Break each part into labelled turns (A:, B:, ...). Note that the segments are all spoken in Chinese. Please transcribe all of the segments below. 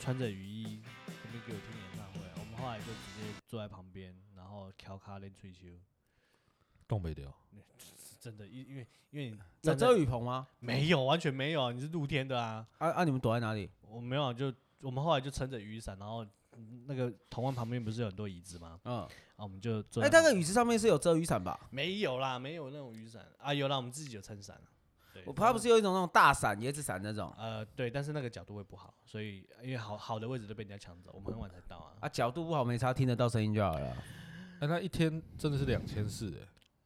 A: 穿着雨衣那边给我听演唱会，我们后来就直接坐在旁边，然后调卡练吹球，
B: 东北的，哦
A: 真的，因因为因为你
C: 有
A: 站在
C: 遮雨棚吗？
A: 没有，完全没有啊，你是露天的啊，
C: 啊啊！你们躲在哪里？
A: 我没有啊，就我们后来就撑着雨伞，然后嗯那个同湾旁边不是有很多椅子吗？
C: 嗯，
A: 啊，我们就坐
C: 哎，
A: 在
C: 那
A: 旁
C: 个
A: 边。
C: 雨子上面是有遮雨伞吧？
A: 没有啦，没有那种雨伞啊，有啦，我们自己有撑伞啊。对
C: 我怕不是有一种那种大伞、椰子伞那种
A: 呃，对，但是那个角度会不好，所以因为好好的位置都被人家抢走，我们很晚才到啊。
C: 啊，角度不好没差，听得到声音就好了。
B: 哎，那一天真的是两千四，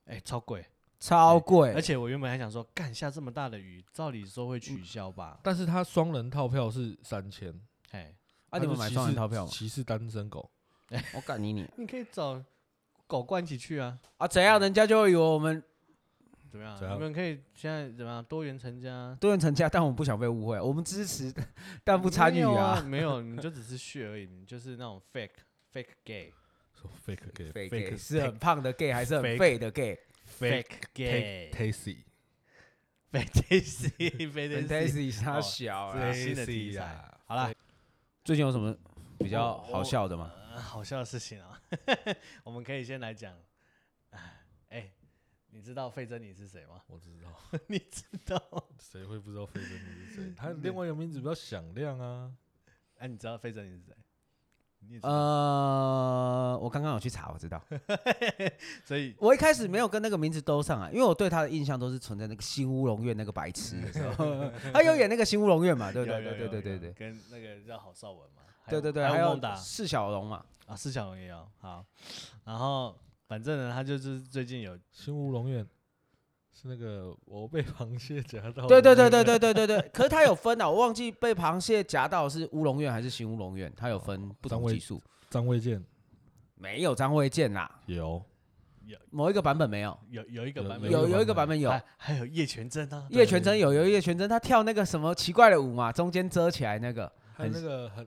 B: 哎，
A: 哎、超贵，
C: 超
A: 而
C: 贵，
A: 且我原本还想说，干下这么大的雨，照理说会取消吧？
B: 但是他双人套票是三千，
A: 哎、
C: 啊，你们买双人套票吗？
B: 歧视单身狗，
C: 我干你你
A: 你可以找狗冠一起去啊，
C: 啊！怎样？人家就会以为我们
A: 怎么样？
B: 怎
A: 你
B: 样
A: 们可以现在怎么样？多元成家，
C: 多人成家，但我们不想被误会，我们支持，但不参与
A: 没有啊
C: 啊。，
A: 没有，你就只是血而已，你就是那种 fake fake gay
B: 说 fake gay
C: 废
B: fake
C: gay 是很胖的 gay 还是很
B: fake
C: 废的 gay？
B: fake
A: fake gay
B: tasty
A: fantasy
C: 很
A: fantasy。
C: tasty，他小啊。
A: 对新的题材
B: 啊
A: 好啦，
C: 最近有什么比较
A: 我
C: 好笑的吗？
A: 呃好笑的事情啊， 我们可以先来讲。哎、你知道费珍妮是谁吗？
B: 我知道，
A: 你知道？
B: 谁会不知道费正妮是 谁？他另外一个名字比较响亮啊，
A: 哎、你知道费珍妮是谁？你也知道，
C: 呃，我刚刚有去查，我知道。
A: 所以
C: 我一开始没有跟那个名字兜上啊，因为我对他的印象都是存在那个新乌龙院那个白痴的时候， 他有演那个新乌龙院嘛？对不
A: 有
C: 对
A: 有
C: 对
A: 有
C: 对对对
A: 有
C: 对
A: 跟那个叫郝邵文嘛，还
C: 对
A: 有
C: 对对，
A: 还
C: 还
A: 有
C: 有
A: 孟达
C: 释小龙嘛，
A: 啊，释小龙也有好，然后反正呢，他就是最近有
B: 新乌龙院是那个我被螃蟹夹到，
C: 对对对对，对对对对，可是他有分啊，我忘记被螃蟹夹到是乌龙院还是新乌龙院，他有分不同
B: 张卫
C: 技术，
B: 张卫健
C: 没有张卫健啦，
B: 有，
C: 某一个版本没有，
A: 有有一个版本哎
C: 有有一个版本有
A: 还。还有叶全真啊，
C: 叶全真有有叶全真，他跳那个什么奇怪的舞嘛，中间遮起来那个，
B: 还有那个很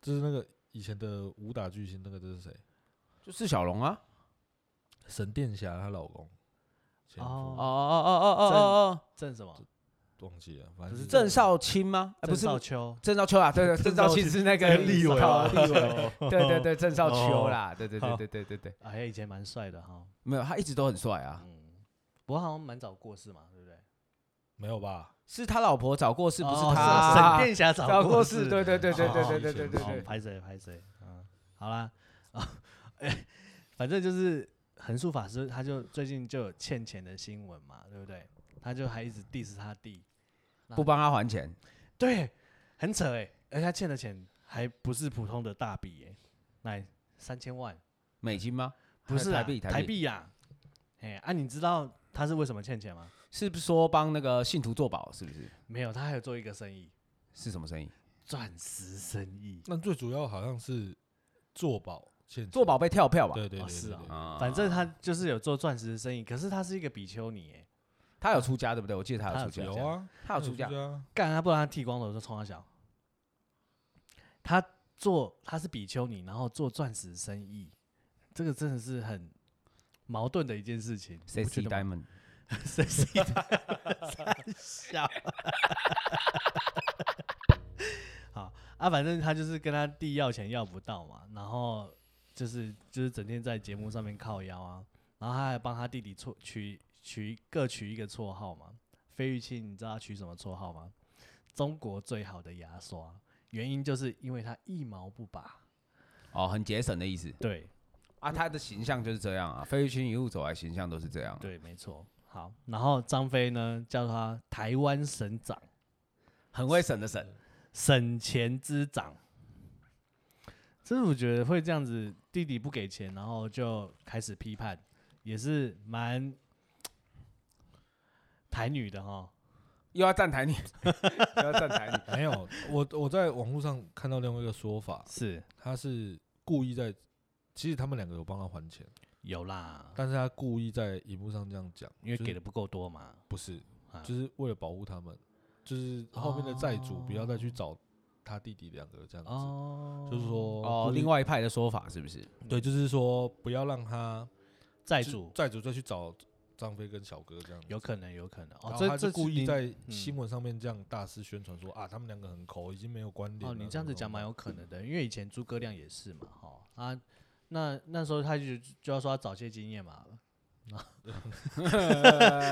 B: 就是那个以前的武打巨星，那个这是谁？
C: 就释小龙啊。
B: 沈殿霞她老公前
C: 哦
B: 夫
A: 哦
C: 哦哦哦哦哦
A: 郑什么？
B: 忘记了，反
A: 不
B: 正
A: 是
B: 是
C: 哦，郑少卿吗？哎，不
A: 郑
C: 是
A: 少秋，
C: 郑少秋啊，对 对，郑少卿是那个
A: 立
C: 委
A: 伟
C: 啊
A: 啊，
C: 立 委，对对对，郑少秋
A: 哦
C: 啦，对对对
A: 好
C: 对对对对，
A: 啊，他以前蛮帅的哈，
C: 没有，他一直都很帅啊，
A: 嗯，不过好像蛮早过世嘛，对不对？
B: 没有吧？
C: 是他老婆找过世，不是
A: 哦
C: 他啊
A: 沈殿霞
C: 找
A: 早
C: 过
A: 世
C: 世，，对对对对对
A: 哦
C: 对对对对
A: 哦
C: 对，
A: 拍谁拍谁，嗯，好啦， 啊，哎，反正就是横竖法师，他就最近就有欠钱的新闻嘛，对不对？他就还一直 diss 他弟，
C: 不帮他还钱，
A: 对，很扯哎、而且他欠的钱还不是普通的大笔哎、来三千万，
C: 美金吗？
A: 不是
C: 台
A: 啊
C: 币
A: 台
C: 币，
A: 币呀，哎啊，你知道他是为什么欠钱吗？
C: 是不是说帮那个信徒做保？是不是？
A: 没有，他还有做一个生意，
C: 是什么生意？
A: 钻石生意，
B: 那最主要好像是做保欠
C: 做保被跳票吧？
B: 对对
A: 哦
B: 对
A: 是
B: 对
A: 啊
B: 对
C: 啊，
A: 反正他就是有做钻石的生意，可是他是一个比丘尼哎、
C: 他有出家对不对？我记得他
A: 他
C: 有
A: 有
C: 出家，
B: 有啊，
C: 他有出家，
B: 啊，
A: 干他不然他剃光头就冲他小。他做他是比丘尼，然后做钻石生意，这个真的是很矛盾的一件事情。
C: 谁
A: 不觉
C: 是
A: 得吗
C: Diamond？
A: 谁是三小？好啊，反正他就是跟他弟要钱要不到嘛，然后就是就是整天在节目上面靠腰啊，然后他还帮他弟弟错取取各取一个绰号嘛。费玉清，你知道他取什么绰号吗？中国最好的牙刷，原因就是因为他一毛不拔。
C: 哦，很节省的意思
A: 对
C: 啊，他的形象就是这样啊，费玉清一路走来形象都是这样啊，
A: 对，没错。好，然后张飞呢，叫他台湾省长，
C: 很会省的省。
A: 省钱之长。这是我觉得会这样子，弟弟不给钱，然后就开始批判，也是蛮台女的哈。
C: 又要站 台你，又要站台你。
B: 没有，我我在网络上看到另外一个说法，
A: 是
B: 他是故意在，其实他们两个有帮他还钱，
A: 有啦，
B: 但是他故意在荧幕上这样讲，
A: 嗯因为
B: 就是
A: 给的不够多嘛。
B: 不是
A: 啊，
B: 就是为了保护他们，就是后面的债主不要再去找他弟弟两个这样子，
A: 哦
B: 就是说
C: 哦
B: 故，意
C: 另外一
A: 嗯
C: 派的说法是不是？
B: 对，就是说不要让他
A: 债
B: 就
A: 主
B: 债主再去找张飞跟小哥这样子。
A: 有可能，有可能
B: 然
A: 哦，
B: 后
A: 这
B: 他
A: 这
B: 就是故意
A: 你
B: 在
A: 嗯
B: 新闻上面这样大肆宣传说啊，他们两个很抠，已经没有关联
A: 哦，
B: 了。
A: 你这
B: 什
A: 样
B: 么
A: 子
B: 什
A: 讲
B: 么
A: 蛮有可能的，因为以前诸葛亮也是嘛，哈、啊，那那时候他就就要说他找些经验 嘛，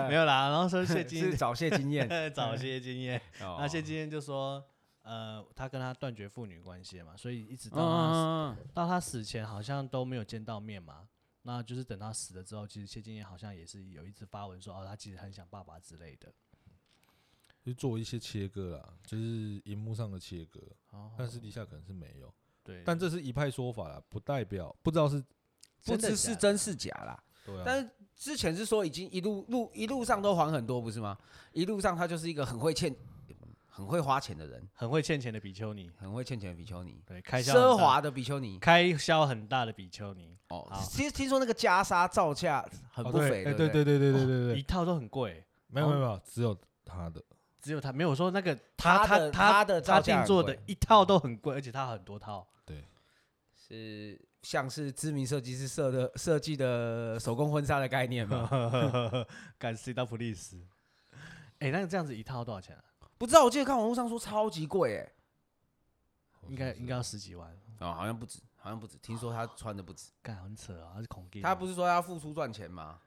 A: 没有啦，然后说谢 金
C: 是找些经验。
A: 找些经验，那
C: 那
A: 谢金燕就说，呃，他跟他断绝父女关系嘛，所以一直到他死、
C: 嗯，
A: 到他死前好像都没有见到面嘛。那就是等他死了之后，其实谢金燕好像也是有一次发文说，哦，他其实很想爸爸之类的。
B: 就做一些切割啦，就是荧幕上的切割，
A: 哦，
C: 呃
B: 但私底下可能是没有。
A: 对，
B: 但这是一派说法啦，不代表不知道是
C: 不
A: 真的
C: 知
A: 假
C: 是
A: 的
C: 真是假啦。
B: 对啊。
C: 但是之前是说已经一路路一路上都还很多，不是吗？一路上他就是一个很会欠、很会花钱的人，
A: 很会欠钱的比丘尼，
C: 很会欠钱的比丘尼，
A: 对，开销很
C: 奢
A: 大
C: 华的比丘尼。
A: 开销很大的比丘尼，
C: 哦
A: 好，
C: 其实听说那个袈裟造价很
B: 哦
C: 不
B: 对
C: 菲，
B: 哎
C: 不
B: 对对对对对对
A: 一
B: 对，
A: 套都很贵，
B: 没有没有没有，只有他的。
A: 只有他没有说那个
C: 他
A: 他
C: 的
A: 他
C: 他的造
A: 他
C: 价
A: 定
C: 很
A: 做
C: 贵
A: 的一套都很贵，而且他很多套，
C: 是像是知名设计师设的设计的手工婚纱的概念吗？
A: 感谢到普利斯。 哎，那这样子一套多少钱啊？
C: 不知道，我记得看网络上说超级贵哎、
B: 好
A: 应
B: 像
A: 该
B: 是
A: 应该要十几万，
C: 哦，好像不止，好像不止，听说他穿的不止。
A: 干很扯啊，他是恐惧。
C: 他不是说要付出赚钱吗？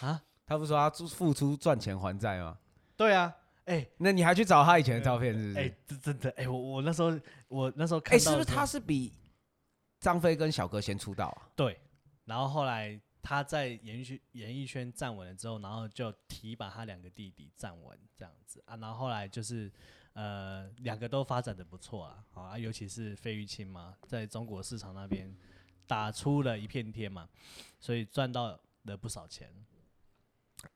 A: 啊？
C: 他不是说他付付出赚钱还债吗？嗯
A: 对啊，哎
C: 那你还去找他以前的照片是不是？
A: 哎，这真的哎，我我那时候我那时候
C: 哎、
A: 看
C: 是
A: 到
C: 不
A: 的
C: 是
A: 时候
C: 他是比张飞跟小哥先出道啊？
A: 对，然后后来他在演艺圈演艺圈站稳了之后，然后就提拔他两个弟弟站稳这样子啊，然后后来就是呃两个都发展的不错啦，好啊，尤其是费玉清嘛，在中国市场那边打出了一片天嘛，所以赚到了不少钱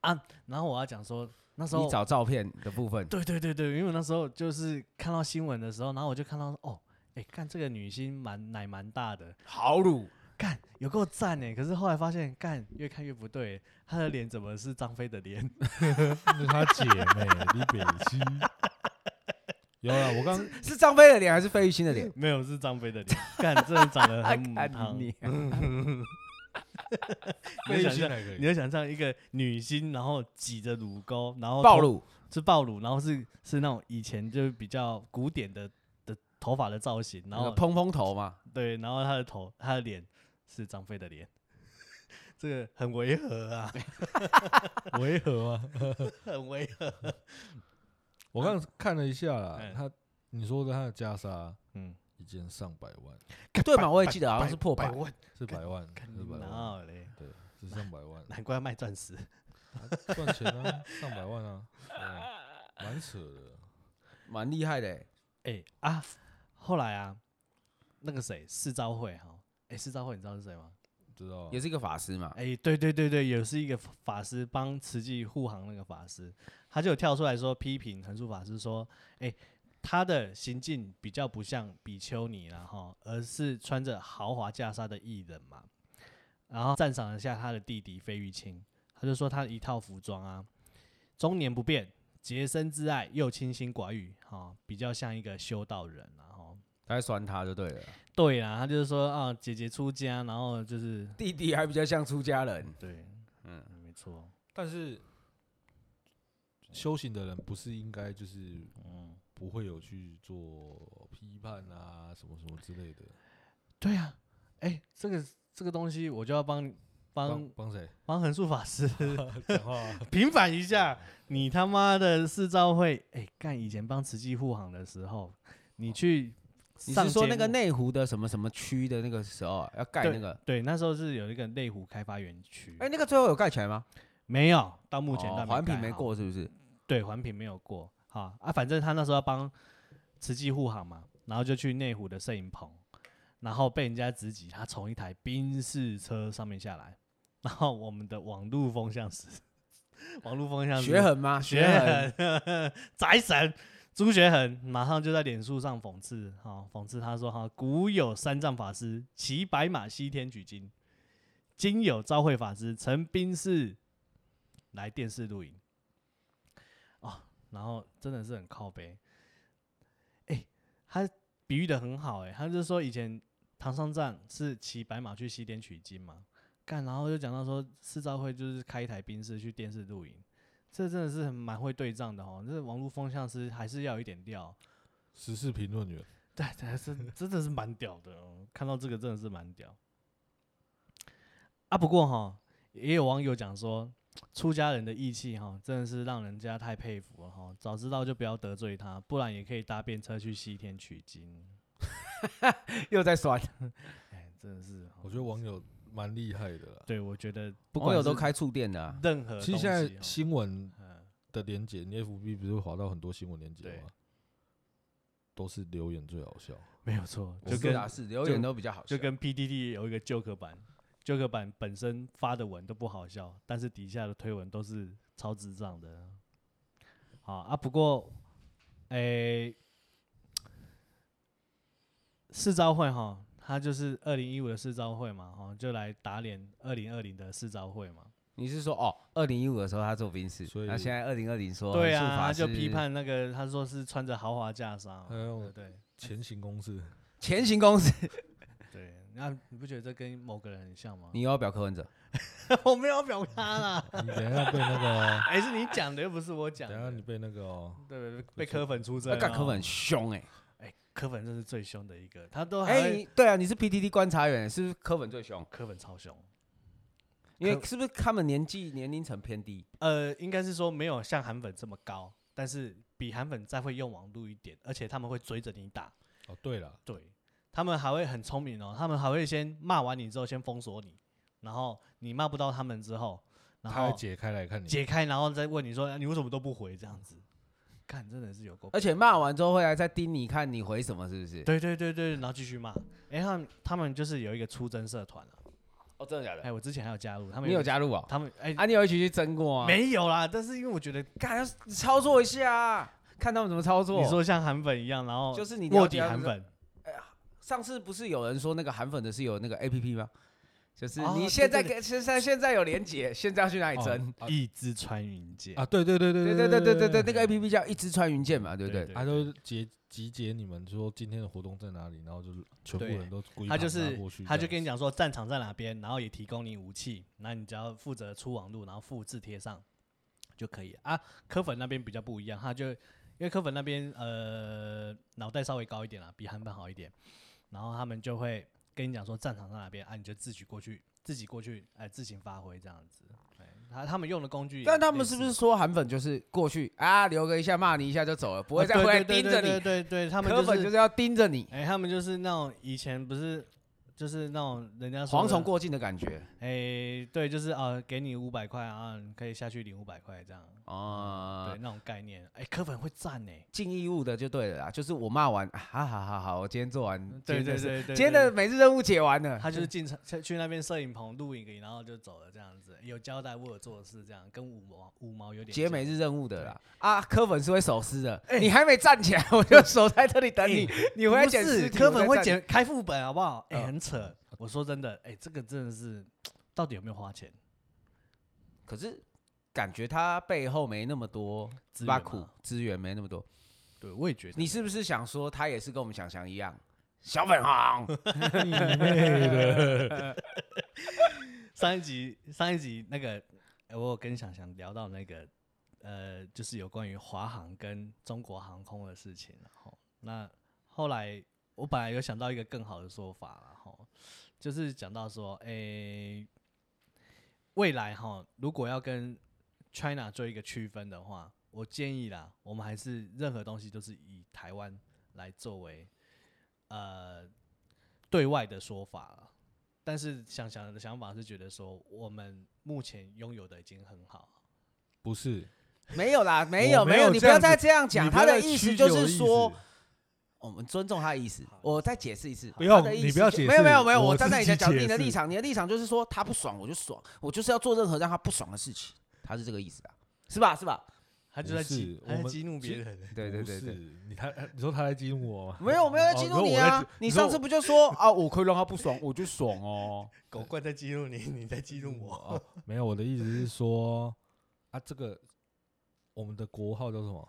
A: 啊。然后我要讲说那时候
C: 你找照片的部分，
A: 对对对对，因为那时候就是看到新闻的时候，然后我就看到哦，哎，看这个女星蛮奶蛮大的，
C: 好乳
A: 干有够赞欸呢，可是后来发现干越看越不对，欸他的脸怎么是张飞的脸？
B: 那是他姐妹李北西。有啊，我刚
C: 是张飞的脸还是费玉清的脸？
A: 没有是张飞的脸，干真的长得很母
C: 看
A: 汤。
C: 你，
A: 你
B: 费玉
A: 想
B: 清
A: 象，
B: 还可
A: 你
B: 以，
A: 要想象一个女星，然后挤着乳沟，然后
C: 暴
A: 哦头
C: 露
A: 是暴露，然后是是那种以前就是比较古典的的头发的造型，然
C: 那个
A: 后
C: 蓬蓬头嘛，
A: 对，然后他的头他的脸是张飞的脸， 这个很违和 啊，
B: 违和啊。
A: 很违和。
B: 我刚看了一下啦
A: 哎，
B: 他你说的他的袈裟
A: 嗯，
B: 一件上百 万，
C: 对嘛？我也记得好啊像是破百，
A: 万，
B: 是百万，
A: 看
B: 是
A: 你
B: 百
A: 哪
B: 万，
A: 有嗯嘞？
B: 对，是上百万，
A: 难怪要卖钻石。
B: 啊赚钱啊，上百万 啊，对啊蛮扯的。
C: 蛮厉害的欸。
A: 哎、啊，后来啊，那个谁，世昭会哈，哎、世昭会你知道是谁吗？
B: 知道啊
C: 也是一个法师嘛，
A: 哎、对对对对，也是一个法法师帮慈济护航那个法师，他就有跳出来说批评横竖法师说，哎、他的行径比较不像比丘尼啦哈，而是穿着豪华袈裟的艺人嘛，然后赞赏了一下他的弟弟费玉清，他就说他的一套服装啊，中年不变，洁身自爱又清心寡欲哈、比较像一个修道人啊然、后。
C: 他在酸他就对了。
A: 对啦，他就是说啊，姐姐出家，然后就是
C: 弟弟还比较像出家人，
A: 对，
C: 嗯
A: 嗯，没错，
B: 但是修行的人不是应该就是
A: 嗯，
B: 不会有去做批判啊，什么什么之类的。
A: 对啊，哎、这个这个东西我就要帮帮
B: 帮帮谁
A: 帮横竖法 师
B: 讲话啊？
A: 平反一下，你他妈的世招会，哎、干以前帮慈济护航的时候，你去
C: 哦你
A: 上
C: 是说
A: 节
C: 那个
A: 目
C: 内湖的什么什么区的那个时候啊要盖那个？
A: 对，那时候是有一个内湖开发园区，
C: 哎，那个最后有盖起来吗？
A: 没有，到目前
C: 哦
A: 都
C: 环评
A: 盖
C: 没
A: 好
C: 过，是不是？
A: 对，环评没有过，哈啊，反正他那时候要帮慈济护航嘛，然后就去内湖的摄影棚，然后被人家直击，他从一台宾士车上面下来，然后我们的网路风向师， 网路风向师
C: 学恒吗？
A: 学
C: 恒，
A: 恒宅神朱学恒马上就在脸书上讽刺，哈、讽刺他说哈、古有三藏法师骑白马西天取经，今有昭慧法师乘宾士来电视录影，哦，然后真的是很靠背，哎、他比喻的很好、哎，他就说以前唐三藏是骑白马去西天取经嘛，干，然后就讲到说世照会就是开一台宾士去电视露营，这真的是很蛮会对账的哦。这网络风向是还是要有一点料，
B: 时事评论员，
A: 对，这还是 真的是蛮屌的哦。看到这个真的是蛮屌啊。不过哈，也有网友讲说，出家人的义气哈，真的是让人家太佩服了哈。早知道就不要得罪他，不然也可以搭便车去西天取经。
C: 又在酸，
A: 哎，真的是哈，
B: 我觉得网友蛮厉害的啦。
A: 对我觉得 不
C: 网
A: 管
C: 友都
A: 是
C: 开触电的啊、
A: 任何
B: 其实现
A: 东
B: 在
A: 西哈
B: 新闻
A: 嗯
B: 的连接，你 FB 不是会滑到很多新闻连接
A: 对
B: 吗？都是留言最好笑。
A: 没有错，就
C: 是
A: 跟
C: 啊是留言都比较好笑，
A: 就跟 PDD 有一个 joke 版，joke 版本身发的文都不好笑，但是底下的推文都是超智障的。好啊，不过，诶、世招会哈，他就是二零一五的世招会嘛，哈，就来打脸二零二零的世招会嘛。
C: 你是说哦，二零一五的时候他做兵士，
B: 所以
C: 那现在二零二零说
B: 哦
A: 对
C: 横竖
A: 啊，
C: 法
A: 他就
C: 师
A: 批判那个，他说是穿着豪华袈裟嘛，
B: 还有
A: 对对
B: 前行公司，
C: 前行公司，
A: 对。那你不觉得这跟某个人很像吗？
C: 你又要表柯文哲，
A: 我没有表他啦。
B: 你等一下被那个，
A: 哎、是你讲的，又不是我讲
B: 等
A: 的。
B: 一下你被那个哦，
A: 对对对，被柯粉出征哦。
C: 那啊干柯粉很凶哎、
A: 哎、柯粉真是最凶的一个，他都还
C: 哎、
A: 会、
C: 你对啊，你是 PTT 观察员，是不是柯粉最凶？
A: 柯粉超凶。
C: 因为是不是他们年纪年龄层偏低？
A: 呃，应该是说没有像韩粉这么高，但是比韩粉再会用网路一点，而且他们会追着你打。
B: 哦对了，
A: 对，他们还会很聪明哦，他们还会先骂完你之后先封锁你，然后你骂不到他们之后，然
B: 他会
A: 后
B: 解开来看你，
A: 解开，然后再问你说、啊你为什么都不回这样子。看，真的是有够。
C: 而且骂完之后会来再盯你看你回什么，是不是？
A: 对对对对，然后继续骂。哎、他们他们就是有一个出征社团啊，
C: 哦，真的假
A: 哎、？我之前还有加入，他们
C: 你有
A: 个
C: 加入哦？
A: 他们哎、
C: 啊，你有一起去争过啊？，
A: 没有啦，但是因为我觉得
C: 干要你操作一下啊，看他们怎么操作。
A: 你说像韩粉一样，然后
C: 就是你了
A: 卧
C: 解
A: 底
C: 他
A: 韩
C: 们的
A: 粉，
C: 上次不是有人说那个韩粉的是有那个 A P P 吗？就是
A: 哦
C: 你现在
A: 对对
C: 跟现在现在有连接，现在要去哪里争？
B: 哦
A: 一支穿云箭
B: 啊，，对对对对
C: 对对
B: 对
C: 对对对对，
B: 对
C: 那个 A P P 叫一支穿云箭嘛，对不对？
A: 对
B: 他都集集结你们说今天的活动在哪里，然后就是全部
A: 对
B: 人都归
A: 他就
B: 盘拿
A: 是
B: 过去
A: 他就
B: 这
A: 跟
B: 样
A: 你讲说战场在哪边，然后也提供你武器，那你只要负责出网路，然后复制贴上就可以啊。科粉那边比较不一样，他就因为科粉那边呃脑袋稍微高一点啦，比韩粉好一点，然后他们就会跟你讲说战场在哪边啊，你就自己过去，自己过去，哎、自行发挥这样子。哎他他们用的工具也类似，
C: 但他们是不是说韩粉就是过去啊，留个一下骂你一下就走了，不会再
A: 啊
C: 回来
A: 对
C: 盯
A: 对
C: 着
A: 对对
C: 你？
A: 对对，他们
C: 柯粉
A: 就
C: 就是是要盯着你，
A: 哎、他们就是那种以前不是，就是那种人家说
C: 蝗虫
A: 的，
C: 过境的感觉
A: 哎、对，就是啊、给你五百块啊，你可以下去领五百块这样，
C: 啊
A: 对，，那种概念。哎、柯粉会赞呢、
C: 尽义务的就对了啦，就是我骂完，啊好好好好，我今天做完，
A: 对
C: 今天
A: 对
C: 的事
A: 对对，
C: 今天的
A: 对
C: 每日任务解完了，
A: 他就是进场去去那边摄影棚录影，然后就走了这样子，有交代我有做的事这样，跟五毛五毛有点
C: 解
A: 像
C: 每日任务的啦。啊，柯粉是会手撕的，
A: 哎
C: 你还没站起来， 我就守在这里等你。你回来
A: 不
C: 捡尸
A: 是
C: 体
A: 柯
C: 我再
A: 粉会
C: 站
A: 捡开副本好不好？哎、
C: 嗯
A: 很扯，我说真的，哎、这个真的是到底有没有花钱？
C: 可是感觉他背后没那么多
A: 资源
C: 挖
A: 吗
C: 苦资源，没那么多。
A: 对，我也觉得。
C: 你是不是想说他也是跟我们想象一样，小粉红？
A: 上一集上一集那个，呃我有跟想想聊到那个，呃，就是有关于华航跟中国航空的事情，然后那后来我本来有想到一个更好的说法，然后就是讲到说，诶、未来哈，如果要跟 China 做一个区分的话，我建议啦，我们还是任何东西都是以台湾来作为呃对外的说法了。但是想想的想法是觉得说，我们目前拥有的已经很好。
B: 不是
C: 没有啦，没有
B: 我没
C: 有，
B: 有
C: 你不
B: 这
C: 要
B: 样子
C: 再这样
B: 你
C: 讲。
B: 不
C: 他
B: 要
C: 的
B: 再
C: 意思
B: 曲
C: 就
B: 解我
C: 是
B: 的意
C: 说
B: 思，
C: 我们尊重他的意思。我再解释一次，
B: 不用
C: 他的意思
B: 你不要
C: 就
B: 解释
C: 没有没有没有，
B: 我
C: 我站
B: 自
C: 在你
B: 己
C: 的角
B: 解
C: 你的立
B: 释
C: 场，你的立场就是说他不爽我就爽，我就是要做任何让他不爽的事情，他是这个意思啊，是吧？是吧？
A: 他就
B: 不
A: 在
B: 是
A: 激，
B: 我
A: 他在
B: 们
A: 激怒
B: 其
A: 别
B: 实
A: 人。
C: 对对
B: 不
C: 对
B: 是
C: 对。
B: 你他你说他在激怒我吗？
C: 没有，我没有在
B: 哦
C: 激
B: 说
C: 怒你
B: 我在
C: 啊
B: 激！
C: 你
B: 说
C: 上次
B: 我
C: 不就说啊，我可以让他不爽，我就爽哦。
A: 狗怪在激怒你，你在激怒我。
B: 哦，没有，我的意思是说啊，这个我们的国号叫什么？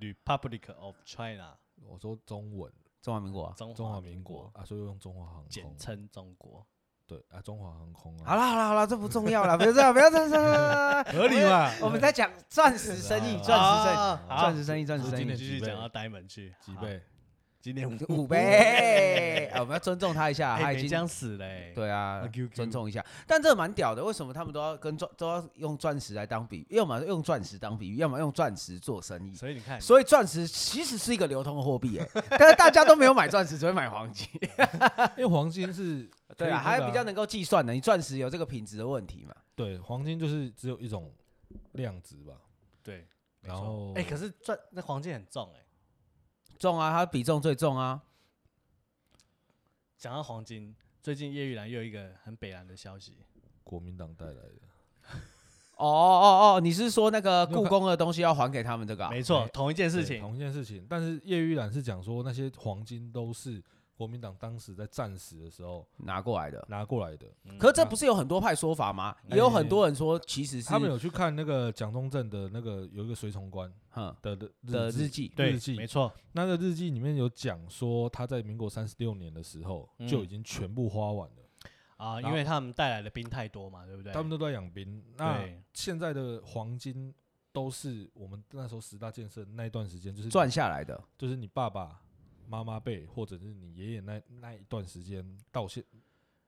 A: Republic of China，
B: 我说中文，
C: 中华民国啊，
A: 中
B: 中华
A: 华
B: 民
A: 民
B: 国
A: 国，
B: 啊，所以用中华航
A: 简
B: 空。
A: 称中国。
B: 对啊，中华航空啊，
C: 好啦好啦好啦，这不重要啦，不要这样，不要这样，不要这样
B: 合理嘛？
C: 我们在讲钻石生意，钻石生意，钻石生意，钻石生
B: 今
A: 你
B: 天
C: 意，
A: 继续
B: 几倍
A: 讲到呆门去，
B: 几
A: 好？
B: 倍？哦
A: 今天五
C: 五倍，啊我们要尊重他一下，
A: 哎，
C: 他
A: 没
C: 已
A: 讲
C: 经
A: 死嘞。
C: 对啊
A: 那 QQ，
C: 尊重一下。但这蛮屌的，为什么他们都要跟钻都要用钻石来当比喻？要么用钻石当比喻，要么用钻石做生意。
A: 所以你看，
C: 所以钻石其实是一个流通的货币，哎， 但是大家都没有买钻石，只会买黄金。
B: 因为黄金是可
C: 对啊，
B: 以那
C: 还
B: 个
C: 比较能够计算的。你钻石有这个品质的问题嘛？
B: 对黄金就是只有一种量值吧，
A: 对，没
B: 然
A: 错
B: 后
A: 哎，可是钻那黄金很重哎。
C: 重啊，它比重最重啊。
A: 讲到黄金，最近叶玉兰又有一个很北蓝的消息，
B: 国民党带来的，
C: 哦哦哦，你是说那个
B: 你有
C: 故
B: 看
C: 宫的东西要还给他们这个、啊？
A: 没错
B: 哎，
A: 同一件事
B: 对
A: 情，
B: 同一件事情。但是叶玉兰是讲说那些黄金都是国民党当时在战时的时候
C: 拿过来的。
B: 拿过来的，
A: 嗯
C: 可是这不是有很多派说法吗？也有很多人说其实是
B: 他们有去看那个蒋中正的那个有一个随从官
C: 哼
B: 的的
C: 的
B: 记。
C: 日记，
A: 对
B: 日，记
A: 没错，
B: 那个日记里面有讲说，他在民国三十六年的时候
A: 嗯
B: 就已经全部花完了，
A: 啊，
B: 然
A: 因
B: 后
A: 为他们带来的兵太多嘛，对不对？
B: 他们都在养兵。那
A: 对
B: 现在的黄金都是我们那时候十大建设那一段时间，就是你
C: 赚，下来的。
B: 就是你爸爸妈妈辈或者是你爷爷那那一段时间到现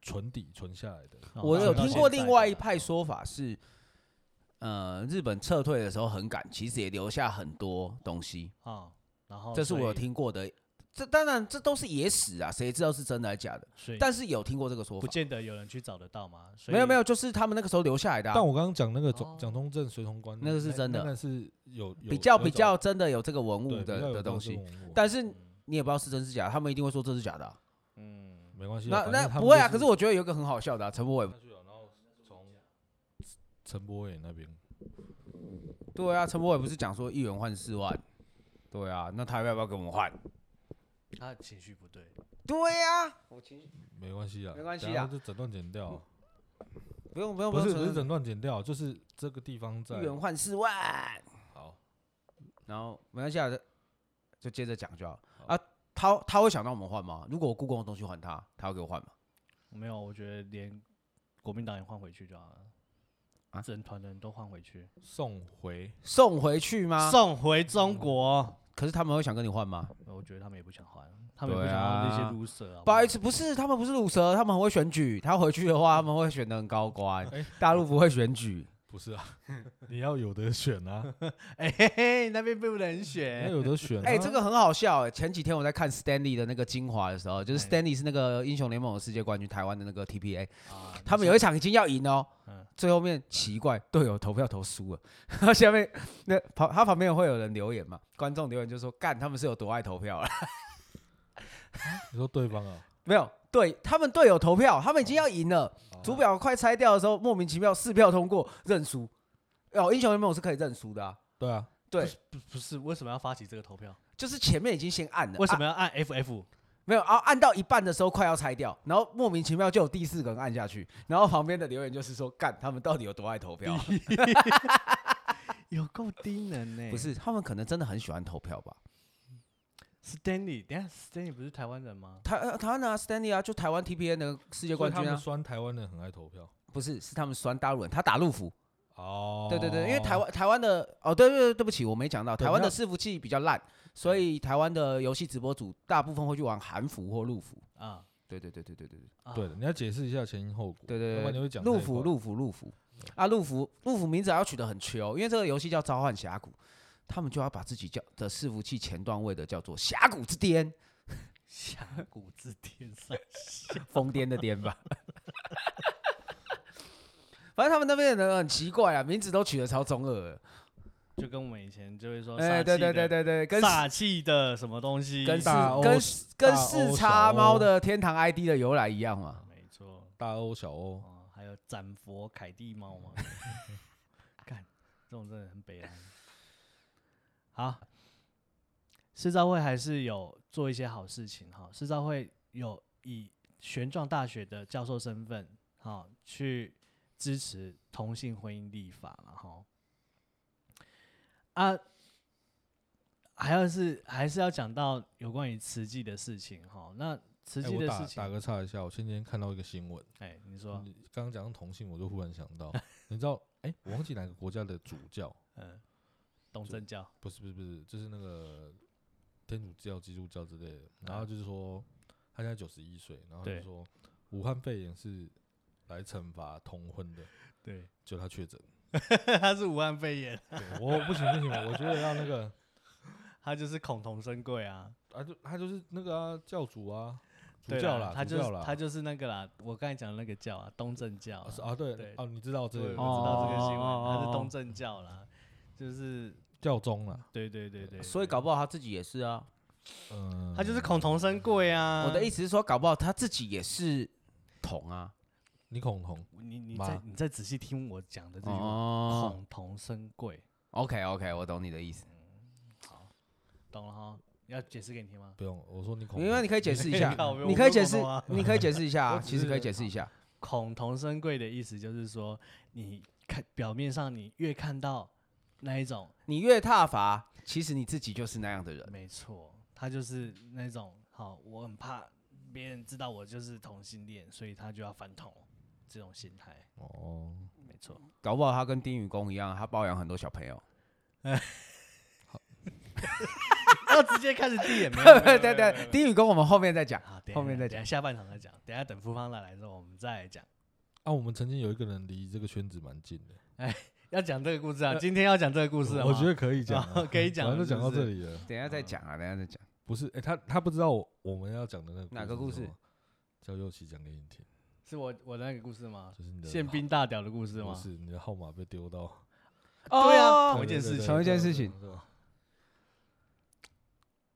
B: 存底存下来的。
A: 哦
C: 我
A: 他
C: 有
A: 们到
C: 听
A: 现
C: 过
A: 在
C: 另
A: 的
C: 外
A: 啦
C: 一派说法是，呃，日本撤退的时候很赶，其实也留下很多东西，
A: 啊，然
B: 哦
A: 后
C: 这是
A: 所
C: 我有
A: 以，
C: 听过的。这当然这都是野史啊，谁知道是真的还是假的？
A: 所以
C: 但是有听过这个说
A: 不
C: 法，
A: 见得有人去找得到嘛。所以
C: 没有没有，就是他们那个时候留下来的啊、
B: 但我刚刚讲那个总
A: 哦
B: 蒋中正随从官，
C: 那个是真的
B: 那个是有有
C: 比较
B: 有
C: 比
B: 找
C: 较真的有这个文
B: 对
C: 物
B: 比较
C: 的
B: 有
C: 的
B: 这
C: 东
B: 个
C: 西，
B: 文物
C: 但是你也不知道是真是假，他们一定会说这是假的啊、
A: 嗯，
B: 没关系啊，
C: 那
B: 反
C: 那
B: 正他们
C: 不会
B: 就
C: 啊，可是我觉得有一个很好笑的、啊，陈柏伟，
B: 陈柏伟那边
C: 对啊，陈柏伟不是讲说一元换四万，对啊，那他要不要跟我们换？
A: 他情绪不对，
C: 对啊，
B: 没关系啊，
C: 没关系
B: 等下
C: 啊
B: 就整段剪掉啊。
C: 不用不用
B: 不是
C: 用
B: 不是
C: 陈
B: 整段剪掉，就是这个地方在
C: 一元换四万，
B: 好，
C: 然后没关系啊，就接着讲就好
B: 好
C: 啊。他他会想让我们换吗？如果我故宫的东西还他，他要给我换吗？
A: 没有，我觉得连国民党也换回去就好了，
C: 啊
A: 整团的人都换回去，
B: 送回
C: 送回去吗？
A: 送回中国。
C: 可是他们会想跟你换吗？
A: 我觉得他们也不想换，他们也不
C: 对
A: 想要那些
C: 啊
A: loser 啊。
C: 不好意思，不是，他们不是乳蛇，他们很会选举。他回去的话，他们会选的很高官。
B: 哎
C: 大陆不会选举，
B: 不是啊， 你要有的选啊，
A: 哎嘿嘿，那边不能
B: 你要
A: 选。
B: 有的选啊。
C: 哎、这个很好笑哎、前几天我在看 Stanley 的那个精华的时候，就是
A: 哎
C: Stanley 是那个英雄联盟的世界冠军，台湾的那个 TPA，
A: 啊
C: 他们有一场已经要赢哦
A: 嗯，
C: 最后面奇怪队友投票投输了， 然后下面那旁他旁边会有人留言嘛，观众留言就说干他们是有多爱投票啊，
B: 你说对方啊，
C: 没有对他们队友投票，他们已经要赢了，
A: 哦
B: 啊
C: 主表快拆掉的时候莫名其妙四票通过认输，哦，英雄联盟是可以认输的啊，
B: 对啊，
C: 对，
A: 不不是为什么要发起这个投票？
C: 就是前面已经先按了，
A: 为什
C: 啊
A: 么要按 FF？
C: 没有，然后啊按到一半的时候快要拆掉，然后莫名其妙就有第四个人按下去，然后旁边的留言就是说，干他们到底有多爱投票？啊
A: 嗯有够低能呢、
C: 不是，他们可能真的很喜欢投票吧？
A: Stanley，等一下 Stanley 不是台湾人吗？
C: 台呃台湾的啊，Stanley 啊，就台湾 TPN 的世
B: 所以
C: 界冠
B: 他
C: 军
B: 们
C: 啊，
B: 酸台湾人很爱投票
C: 不是，是他们酸大陆人，他打陆服，
B: 哦。
C: 对对对，因为台湾台湾的哦，对对对，对不起，我没讲到，
B: 对
C: 台湾
B: 那
C: 的伺服器比较烂，所以台湾的游戏直播组大部分会去玩韩服或陆服，
A: 啊，
C: 对对对对对对对。
A: 啊
B: 对的，你要解释一下前因后果，
C: 对
B: 要
C: 对
B: 不
C: 对，
B: 然你会讲
C: 陆
B: 太
C: 服
B: 快
C: 陆服陆服啊，陆服陆服名字还要取得很秋，因为这个游戏叫《召唤峡谷》，他们就要把自己叫的伺服器前段位的叫做峡谷之巅，
A: 峡谷之巅上
C: 疯癫的癫吧。 反正他们那边的人很奇怪啊，名字都取得超中二的。
A: 就跟我们以前就会说，
C: 哎、对对对，对对，跟
A: 煞气的什么东西，
C: 跟四
B: 大欧
C: 跟
B: 小
C: 四跟
B: 大
C: 四
B: 欧
C: 叉
B: 小
C: 猫
B: 欧
C: 的天堂 ID 的由来一样嘛。
A: 没错，
B: 大欧小欧，
A: 哦，还有斩佛凯蒂猫嘛， 干，这种真的很悲哀。好，世招会还是有做一些好事情哈，世招会有以玄奘大学的教授身份哈去支持同性婚姻立法了哈。啊，还要是还是要讲到有关于慈济的事情哈，那。实
B: 哎
A: 际
B: 我
A: 的
B: 打
A: 事
B: 打
A: 情，
B: 个嗯岔一下，我前几天看到一个新闻，
A: 哎，你说，
B: 你刚刚讲到同性，我就忽然想 到，你知道，哎、我忘记哪个国家的主教，
A: 嗯，懂
B: 就
A: 政教，
B: 不是不是不是，就是那个天主教、基督教之类的，然后
A: 啊
B: 就是说他现在九十一岁，然后就
A: 对
B: 说武汉肺炎是来惩罚同婚的，
A: 对，
B: 就他确诊，
A: 他是武汉肺炎，
B: 对我不行不行，我觉得要那个。
A: 他就是恐同生贵 啊，
B: 啊，就他就是那个啊，教主啊，主
A: 对
B: 教
A: 啦
B: 啦，
A: 他就
B: 主教
A: 是
B: 啦，
A: 他就是那个啦，我刚才讲的那个教啊，东正教
B: 啊是
A: 啦，
B: 啊，
A: 对
B: 对，哦，你知道这
A: 对，我知
B: 个
A: 道这个新
C: 哦哦
A: 闻，
C: 哦
A: 他是
C: 哦
A: 东正教啦，就是
B: 教宗啊啦，
A: 对对对对，
C: 所以
A: 对
C: 搞不好他自己也是啊。
B: 嗯，
A: 他就是恐同生贵啊，
C: 我的意思是说，搞不好他自己也是同啊。
B: 你恐同，
A: 你你
B: 妈
A: 再你再仔细听我讲的这句话，
C: 哦
A: 恐同生贵，
C: ，OK OK，我懂你的意思。
A: 懂了哈？要解释给你听吗？哎
B: 不用我说你恐同，
C: 因为你可以解释一 下，
A: 靠我不
C: 你可
A: 是
C: 以解
A: 共
C: 释
A: 同啊，
C: 你可以解释一下
B: 我
C: 啊，
B: 只
C: 其实
B: 是
C: 可以解释一下。
A: 恐同生贵的意思就是说，你看表面上你越看到那一种，
C: 你越踏伐，其实你自己就是那样的人。
A: 没错，他就是那种好，我很怕别人知道我就是同性恋，所以他就要反同这种心 态，
B: 哦，
A: 没错。
C: 搞不好他跟丁禹公一样，他包养很多小朋友。
A: 要哦直接开始递也 没有，没有没
C: 对
A: 有
C: 对
A: 没有没
C: 对，
A: 有
C: 丁禹公我们后面再讲。
A: 好，等一
C: 后
A: 下
C: 面再
A: 等一下下半场再讲，等一下等富方来来之后我们再来讲。
B: 啊，我们曾经有一个人离这个圈子蛮近的，
A: 要讲这个故事啊，今天要讲这个故事啊，
B: 我觉得可以 讲
A: 啊
B: 啊，
A: 可以讲
B: 反正
A: 了
B: 都讲
A: 是
B: 到
A: 不
B: 这
A: 是
B: 里了，
C: 等一下再讲啊，等一下再讲。
B: 不是，哎，他他不知道我我们要讲的那个
C: 哪个故
B: 是什
C: 事
B: 么，叫右奇讲给你听，
A: 是我我的那个故事吗？
B: 就是你的
A: 宪
B: 号
A: 兵大屌的故事
B: 不
A: 吗？
B: 是你的号码被丢到
A: 对啊，
C: 哦
A: 同一件
B: 对
A: 事
B: 对对
A: 情
C: 同一件
B: 对
C: 事
B: 对
C: 情
B: 对对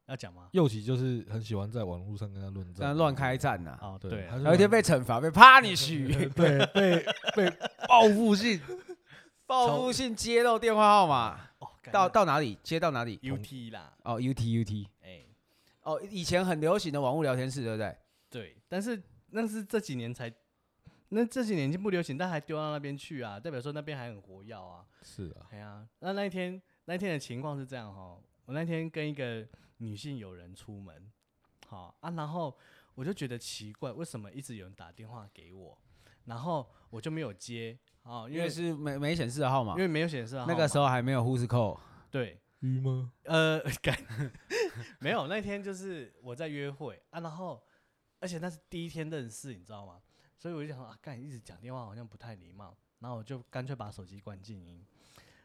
A: 要讲吗？
B: 右奇就是很喜欢在网络上跟他论
C: 这样
B: 战，
C: 乱开战呐、
A: 哦，
B: 对
A: 对啊，
B: 他是
C: 有一天被惩罚，被 punish，
B: 对被被报复性
C: 报复性揭露电话号码，
A: 哦，干
C: 到
A: 那
C: 到哪里接到哪里？
A: UT 啦，
C: 哦，UT UT，
A: 哎，
C: 哦，以前很流行的网络聊天室，对不对？
A: 对，但是那是这几年才，那这几年已经不流行，但还丢到那边去啊，代表说那边还很活跃啊。
B: 是啊，
A: 哎呀，那那一天那一天的情况是这样哈，我那天跟一个女性友人出门，好啊，然后我就觉得奇怪，为什么一直有人打电话给我，然后我就没有接啊，
C: 因
A: 因
C: 为
A: 为
C: 是没没显示的号码
A: 因，为没有显示
C: 那个时
A: 候
C: 候还没有护士扣。
A: 对。
B: 鱼吗？
A: 呃， 干没有那天就是我在约会啊，然后而且那是第一天认识，你知道吗？所以我就想说啊，干一直讲电话好像不太礼貌，然后我就干脆把手机关静音。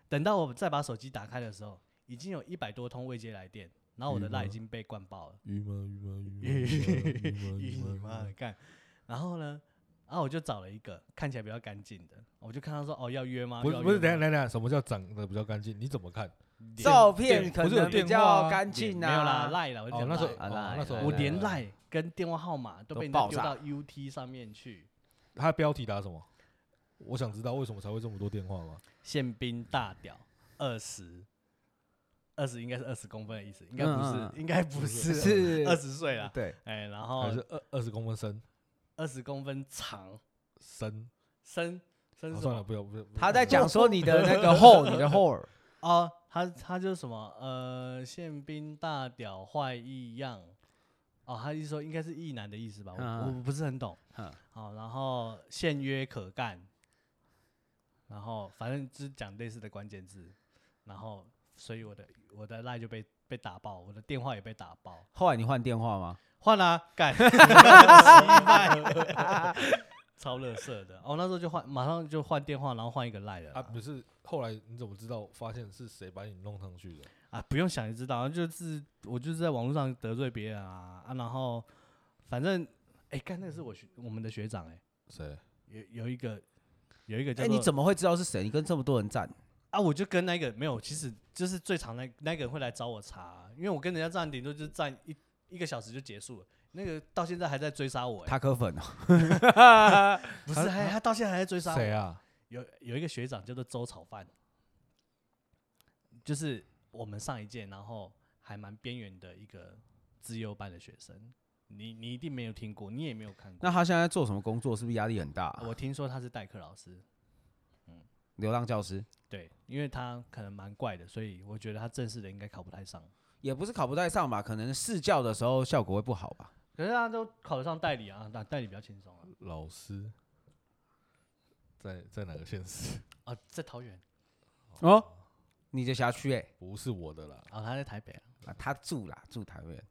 A: 等到我再把手机打开的时候，已经有一百多通未接来电，然后我的
B: 嗯
A: 赖已
B: 哼
A: 经被灌爆了，
B: 鱼吗？鱼吗？鱼 吗？
A: 咦
B: 鱼吗？
A: 你妈的干！然后呢，然后我就找了一个看起来比较干净的，我就看他说哦要约吗？
B: 不
A: 要
B: 是不是，
A: 约
B: 等一下
A: 吗
B: 等一下等一下，什么叫长得比较干净？你怎么看？
A: 脸
C: 照
A: 脸
C: 片可
B: 不是有
C: 能比
B: 电话
C: 较
B: 啊
C: 干
A: 脸
C: 净
A: 没有啦，
C: 啊，
A: 赖了，我就
B: 哦，
A: 讲
B: 那时候
A: 赖
C: 啊
B: 哦
C: 赖
B: 那时候
C: 对
A: 我
C: 对
A: 连
C: 对
A: 赖跟电话号码都
C: 都
A: 被人家
C: 爆
A: 丢
C: 炸
A: 到 UT 上面去。
B: 他标题打什么？我想知道为什么才会这么多电话吗？
A: 宪兵大屌二十，二十应该是二十公分的意思，应该
C: 嗯
A: 不是，
C: 嗯 嗯
A: 应该不
C: 是
A: 是
C: 是
A: 二十岁啦。
C: 对，
A: 哎，然
B: 还
A: 后
B: 是二二十公分深
A: 二十公分长，
B: 深？
A: 深深
B: 啊
A: 是什
B: 算了，
A: 么？
B: 不要不要。不要
C: 他在讲说你的那个后，你的后儿，
A: 哦，他他就是什么呃，宪兵大屌坏异样。哦，他意思说应该是异男的意思吧，我
C: 嗯嗯
A: 我不是很懂。
C: 嗯
A: 好，然后限约可干，然后反正就是讲类似的关键字，然后所以我的我的赖就被被打爆，我的电话也被打爆，
C: 后来你换电话吗？
A: 换啦、啊，干， 失败超乐色的。哦，那时候就换，马上就换电话，然后换一个赖了
B: 啊，
A: 啦。
B: 不是后来你怎么知道发现是谁把你弄上去的？
A: 啊，不用想也知道，就是我就是在网络上得罪别人啊啊，然后反正哎，干、那个是我学我们的学长哎、
B: 谁？
A: 有有一个有一个叫
C: 哎，你
A: 做
C: 怎么会知道是谁？你跟这么多人站，
A: 啊，我就跟那个没有，其实就是最常那那个人会来找我查，啊因为我跟人家站顶多就是站一一个小时就结束了，那个到现在还在追杀我、欸，
C: 塔可粉哦，
A: 不是还他到现在还在追杀我
B: 谁，啊？
A: 有有一个学长叫做周炒饭，就是我们上一届，然后还蛮边缘的一个资优班的学生，你你一定没有听过，你也没有看过，
C: 那他现在在做什么工作？是不是压力很大
A: 啊？我听说他是代课老师，
C: 流浪教师
A: 对，因为他可能蛮怪的，所以我觉得他正式的应该考不太上。
C: 也不是考不太上吧，可能试教的时候效果会不好吧。
A: 可是大家都考得上代理啊，那代理比较轻松啊。
B: 老师在在哪个县市？
A: 啊，在桃园，
C: 哦，你的辖区哎，
B: 不是我的啦，
A: 啊，他在台北啊，
C: 啊，他住啦，住桃园，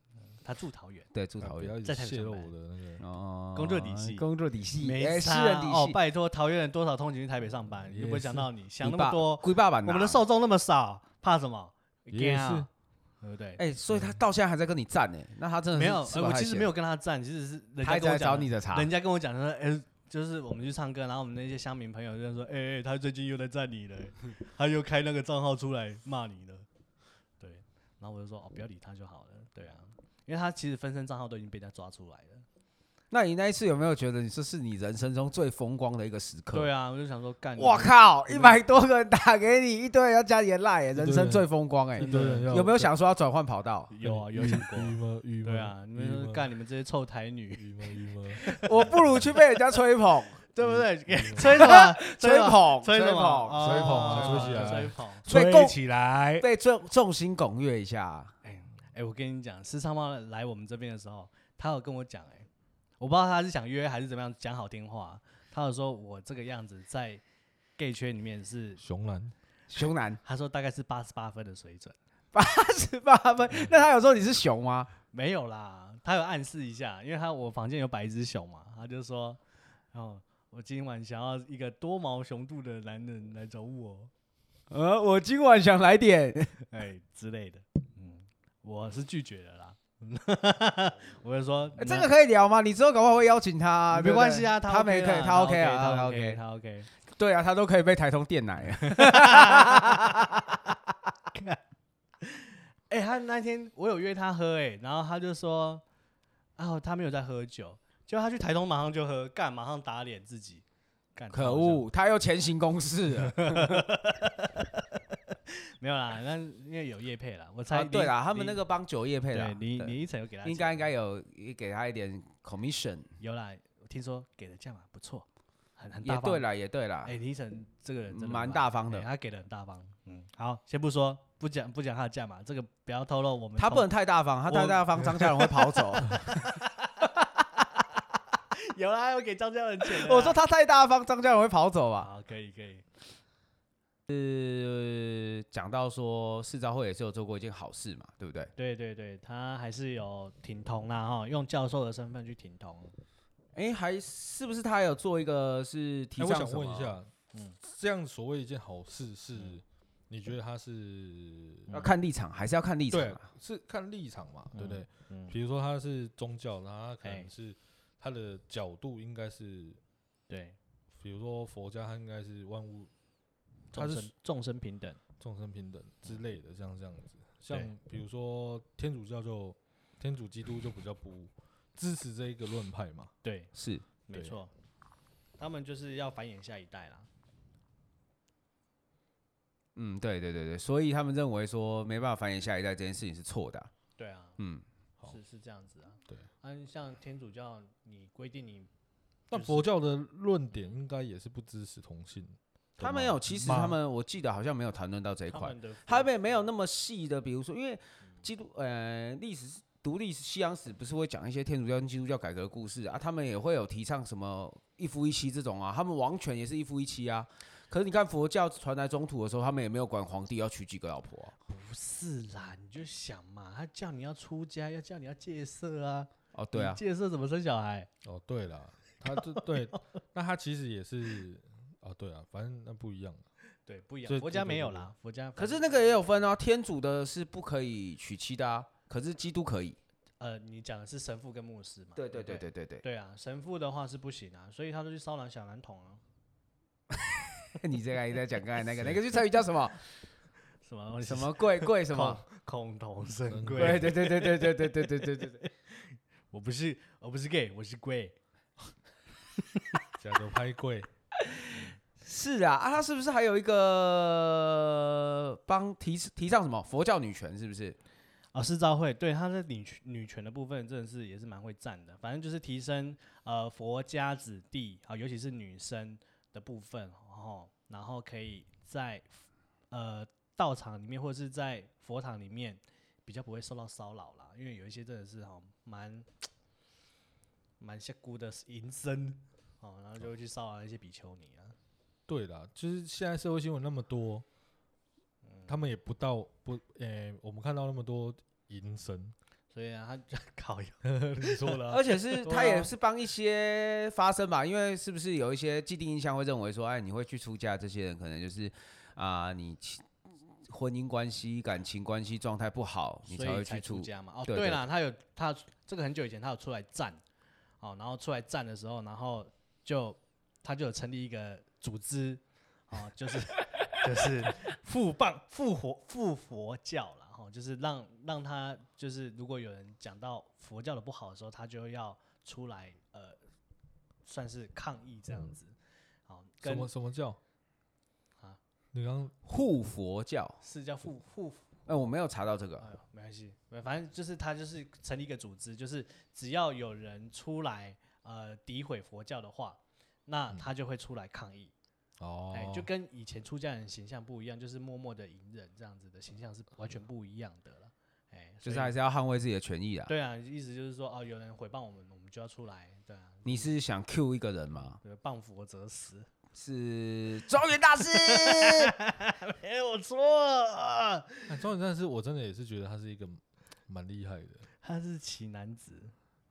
A: 他住桃园，
C: 对，住
B: 啊
C: 桃
B: 不
C: 园。
B: 要一直
A: 在台北
B: 泄
A: 上
B: 露
A: 班
B: 我的那个。
C: 哦
A: 工作底细
C: 工作底细，
A: 没
C: 哎，私
A: 差
C: 人底
A: 哦
C: 细，，
A: 拜托，桃园人多少通勤去台北上班，有没有
B: 也
A: 想
B: 是
A: 到你想
C: 你
A: 那么
C: 爸
A: 多？
C: 龟爸爸
A: 我
C: 拿，
A: 们的受众那么少，怕什么？
B: 也
A: 怕
B: 是
A: 啊，对不对？
C: 哎，所以他到现在还在跟你战呢，那他真的
A: 没
C: 是
A: 有，
C: 吃
A: 呃
C: 饱
A: 我
C: 太
A: 其实
C: 闲
A: 没有跟他站，其实是人
C: 他
A: 家
C: 一直
A: 跟
C: 在
A: 我
C: 找
A: 讲
C: 你
A: 的，
C: 的茬，
A: 人家跟我讲说，哎，就是我们去唱歌，然后我们那些乡民朋友就说，哎哎，他最近又在站你了，他又开那个账号出来骂你了，对，然后我就说，哦，不要理他就好了，对啊，因为他其实分身账号都已经被人家抓出来了，
C: 那你那一次有没有觉得你这是你人生中最风光的一个时刻？
A: 对啊，我就想说，干，
C: 我，靠，一百多个人打给你，一堆人要加你的赖，人生最风光 哎、
B: 很多人要
C: 有没有想说要转换跑道？
A: 有啊，有想 过
B: 郁，闷郁闷？
A: 对啊，你
B: 郁
A: 们
B: 闷
A: 说干你们这些臭台女，
B: 郁闷郁 闷。
C: 我不如去被人家吹捧，
A: 对不 对？给
B: 嗯
A: 吹什么？
C: 哦吹
A: 什么
C: 捧，
A: 吹什
C: 捧，
A: 么？
B: 吹捧啊
A: 哦
B: 吹起来
A: 吹捧。
C: 被共
B: 起来！
C: 被众众星拱月一下。
A: 哎、我跟你讲，时尚猫来我们这边的时候，他有跟我讲，哎，我不知道他是想约还是怎么样，讲好听话。他有说我这个样子在 gay 圈里面是，
B: 熊男，
C: 熊男
A: 他说大概是八十八分的水准，
C: 八十八分，嗯那他有说你是熊吗？
A: 没有啦，他有暗示一下，因为他我房间有摆一只熊嘛，他就说，哦，我今晚想要一个多毛雄度的男人来找我，
C: 呃，我今晚想来点，
A: 哎、之类的，嗯，我是拒绝了啦。 我就说、
C: 哎这个可以聊吗？你之后搞不好会邀请他啊、
A: 没关系啊，
C: 对不对
A: 他
C: 他没
A: OK 啦
C: 以，
A: 他
C: OK 啊，
A: 他
C: OK，
A: 他 OK。
C: 对啊，他都可以被台通电啊奶。
A: 哎、他那天我有约他喝、哎，然后他就说，啊，他没有在喝酒，结果他去台东马上就喝，干，马上打脸自己，干，
C: 可
A: 好像，
C: 恶，他又前行公事了。
A: 没有啦，那因为有叶配啦，我
C: 啊
A: 猜、
C: 对啦，他们那
A: 个，
C: 个帮酒业配啦
A: 对，你
C: 对
A: 你一层有给他钱，
C: 应该应该有给他一点 commission，
A: 有啦，我听说给的价码不错，很很大
C: 也
A: 方，
C: 对啦，也对啦嗯
A: 哎、，李晨这个人真的
C: 蛮
A: 不赖
C: 大方
A: 哎
C: 的。
A: 他给的很大方，嗯，好，先不说，不讲不讲他的价码，这个不要透露我们
C: 他
A: 同
C: 不能太大方，他太
A: 我
C: 大方，张嘉荣会跑 走。
A: 有啦，我给张嘉 文钱了啦，
C: 我说他太大方，张嘉荣会跑走吧？
A: 好，可以可以，
C: 呃，讲到说世招会也是有做过一件好事嘛，对不对？
A: 对对对，他还是有挺同啦哈，用教授的身份去挺同。
C: 哎，还是不是他有做一个是提
B: 哎，我
C: 倡
B: 想
C: 什么？
B: 问一下，
A: 嗯
B: 这样所谓一件好事是
A: 嗯，
B: 你觉得他是
C: 要看立场，还是要看立场
B: 对
C: 啊？，
B: 是看立场嘛，对不对？
A: 嗯，
B: 比如说他是宗教，那他可
A: 哎
B: 能是他的角度应该是，
A: 对，
B: 比如说佛家，他应该是万物他
A: 众
B: 是
A: 生众生平等，
B: 众生平等之类的，像这样子。
A: 对
B: 像比如说天主教就天主基督就比较不支持这一个论派嘛，
A: 对，
C: 是
A: 没
B: 对
A: 错，他们就是要繁衍下一代啦。
C: 嗯，对对对对，所以他们认为说没办法繁衍下一代这件事情是错的啊、
A: 对啊，
C: 嗯，
B: 好
A: 是是这样子啊。
B: 对，
A: 嗯，像天主教，你规定你
B: 但
A: 就是
B: 佛教的论点应该也是不支持同性的吗。
C: 他们有，其实
B: 吗
C: 他们我记得好像没有谈论到这一
A: 他
C: 块。
A: 们的
C: 他
A: 佛
C: 们没有那么细的，比如说，因为基督呃历史独立西洋史不是会讲一些天主教跟基督教改革的故事啊，他们也会有提倡什么一夫一妻这种啊，他们王权也是一夫一妻啊。可是你看佛教传来中土的时候，他们也没有管皇帝要娶几个老婆啊、
A: 不是啦，你就想嘛，他叫你要出家，要叫你要戒色啊，
C: 哦，对啊
A: 你，戒色怎么生小孩？
B: 哦，对啦，他这 对，那他其实也是，哦，对啊，反正那不一样。
A: 对，不一
B: 这
A: 样，佛家
B: 这
A: 没
B: 个
A: 有
B: 不
A: 啦，佛家
C: 可
A: 反
C: 是
A: 正
C: 那个也有分啊，天主的是不可以娶妻的啊，可是基督可以。
A: 呃，你讲的是神父跟牧师嘛？
C: 对对
A: 对
C: 对
A: 不
C: 对对对，
A: 对啊，神父的话是不行啊，所以他都去骚扰小男童啊，
C: 你这个还在讲刚才那个那个就成语叫什么
A: 什么
C: 什么贵贵什么？
A: 恐同神
B: 神
A: 龟，
C: 对对对对对对对对对对对。
A: 我不是我不是 gay，我是龟，
B: 假如拍贵，
C: 是啊，啊，他是不是还有一个帮提提倡什么佛教女权？是不是？
A: 啊，世昭会对他在女权女权的部分真的是也是蛮会站的，反正就是提升呃佛家子弟啊、尤其是女生的部分，然、后然后可以在呃道场里面或者是在哦佛堂里面比较不会受到骚扰啦，因为有一些真的是哈蛮蛮下姑的营生，哦，然后就会去骚扰那些比丘尼啊。
B: 对啦，就是现在社会新闻那么多，他们也不到不，诶、我们看到那么多淫神，
A: 所以啊，他就 烤羊，
B: 你说的、啊
C: 而，且是
B: 对
C: 他也
B: 啊
C: 是帮一些发声吧，因为是不是有一些既定印象会认为说，哎，你会去出家，这些人可能就是啊、你亲婚姻关系、感情关系状态不好，你
A: 所
C: 会
A: 以
C: 去
A: 才出
C: 出。
A: 家嘛。哦，
C: 对
A: 对
C: 对
A: 啦，他有他这个很久以前他有出来站，哦，然后出来站的时候，然后就他就有成立一个组织，哦，就是 就是复棒复活复佛教啦，哦，就是让让他就是如果有人讲到佛教的不好的时候，他就要出来呃，算是抗议这样子，
C: 嗯
A: 哦，
B: 什
A: 跟
B: 么什么叫
A: 啊？
B: 你刚刚
C: 护佛教，
A: 是叫复复
C: 哎、我没有查到这个
A: 哎，呦，没关系，反正就是他就是成立一个组织，就是只要有人出来呃诋毁佛教的话，那他就会出来抗议。
B: 哦，
A: 哎、就跟以前出家人形象不一样，就是默默的隐忍这样子的形象是完全不一样的了。哎、
C: 就
A: 所
C: 是
A: 以
C: 还是要捍卫自己的权益啊。
A: 对啊，意思就是说哦，有人诽谤我们，我们就要出来，对啊，
C: 你是想 Q 一个人吗？
A: 对谤佛则死。
C: 是 庄园大师，
A: 哎、我错了，
B: 哎庄园战士，我真的也是觉得他是一个蛮厉害的，
A: 他是奇男子，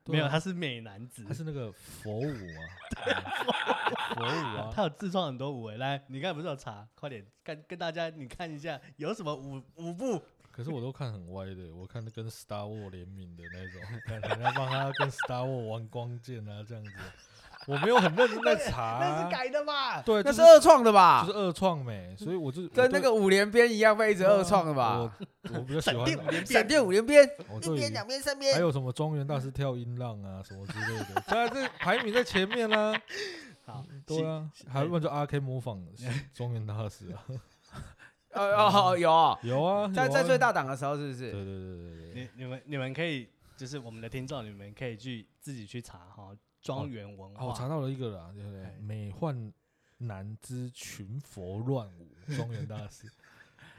B: 对
A: 没有，
B: 啊
A: 他是美男子，
B: 他是那个佛舞啊，佛舞啊，
A: 他有自创很多舞诶，来，你刚才不是有查？快点跟跟大家你看一下有什么舞舞步？
B: 可是我都看很歪的，我看跟 Star War 联名的那种，看人家帮他跟 Star War 玩光剑啊这样子，我没有很认真在查、
A: 那是
B: 啊，
A: 改的吧？
B: 对，
C: 那
B: 就是
C: 二创的吧？
B: 就是二创美，所以我就
C: 跟那个五连鞭一样被一直二创的
B: 的
C: 吧？？
B: 我我比较喜
A: 闪电五
B: 欢，
A: 连
C: 闪
A: 鞭，
C: 电五连鞭，
B: 我
C: 一
B: 对
C: 边、
B: 于
C: 两边、三边
B: 还。有什么庄园大师跳音浪啊什么之类 的，当然这排名在前面啦、
A: 好，
B: 对啊，还有问就阿 K 模仿庄园大师啊，
C: 呃哦，有哦
B: 嗯 有啊，
C: 在
B: 有啊
C: 在最，大档的时候是不
B: 对
C: 是？
B: 对对对对，
A: 你你们你们可以就是我们的听众，你们可以去自己去查哈，庄园文
B: 哦，我查
A: 化。
B: 到了一个啦，对不对
A: 哎？
B: 美幻男之群佛乱舞，庄园大 师。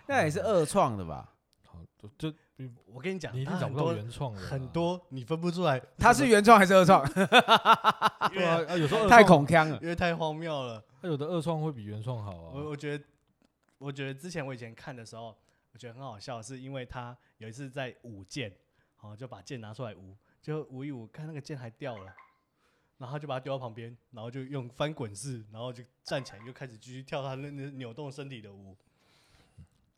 C: 那也是二创的吧？
B: 好，就就你
A: 我跟你讲，
B: 你一
A: 他
B: 定找
A: 很
B: 不到
A: 多
B: 原创的啦，啊
A: 很多你分不出来，
C: 它是原创还是二创？
A: 因
B: 对啊
A: 为，
B: 啊有时候二
C: 太
B: 创，
C: 恐腔了。
A: 因为太荒谬了。
B: 啊有的二创会比原创好
A: 我
B: 啊。
A: 我觉得，我觉得之前我以前看的时候，我觉得很好笑，是因为他有一次在舞剑，好、就把剑拿出来舞，就舞一舞，看那个剑还掉了，然后他就把它丢到旁边，然后就用翻滚式，然后就站起来，就开始继续跳他那那扭动身体的舞。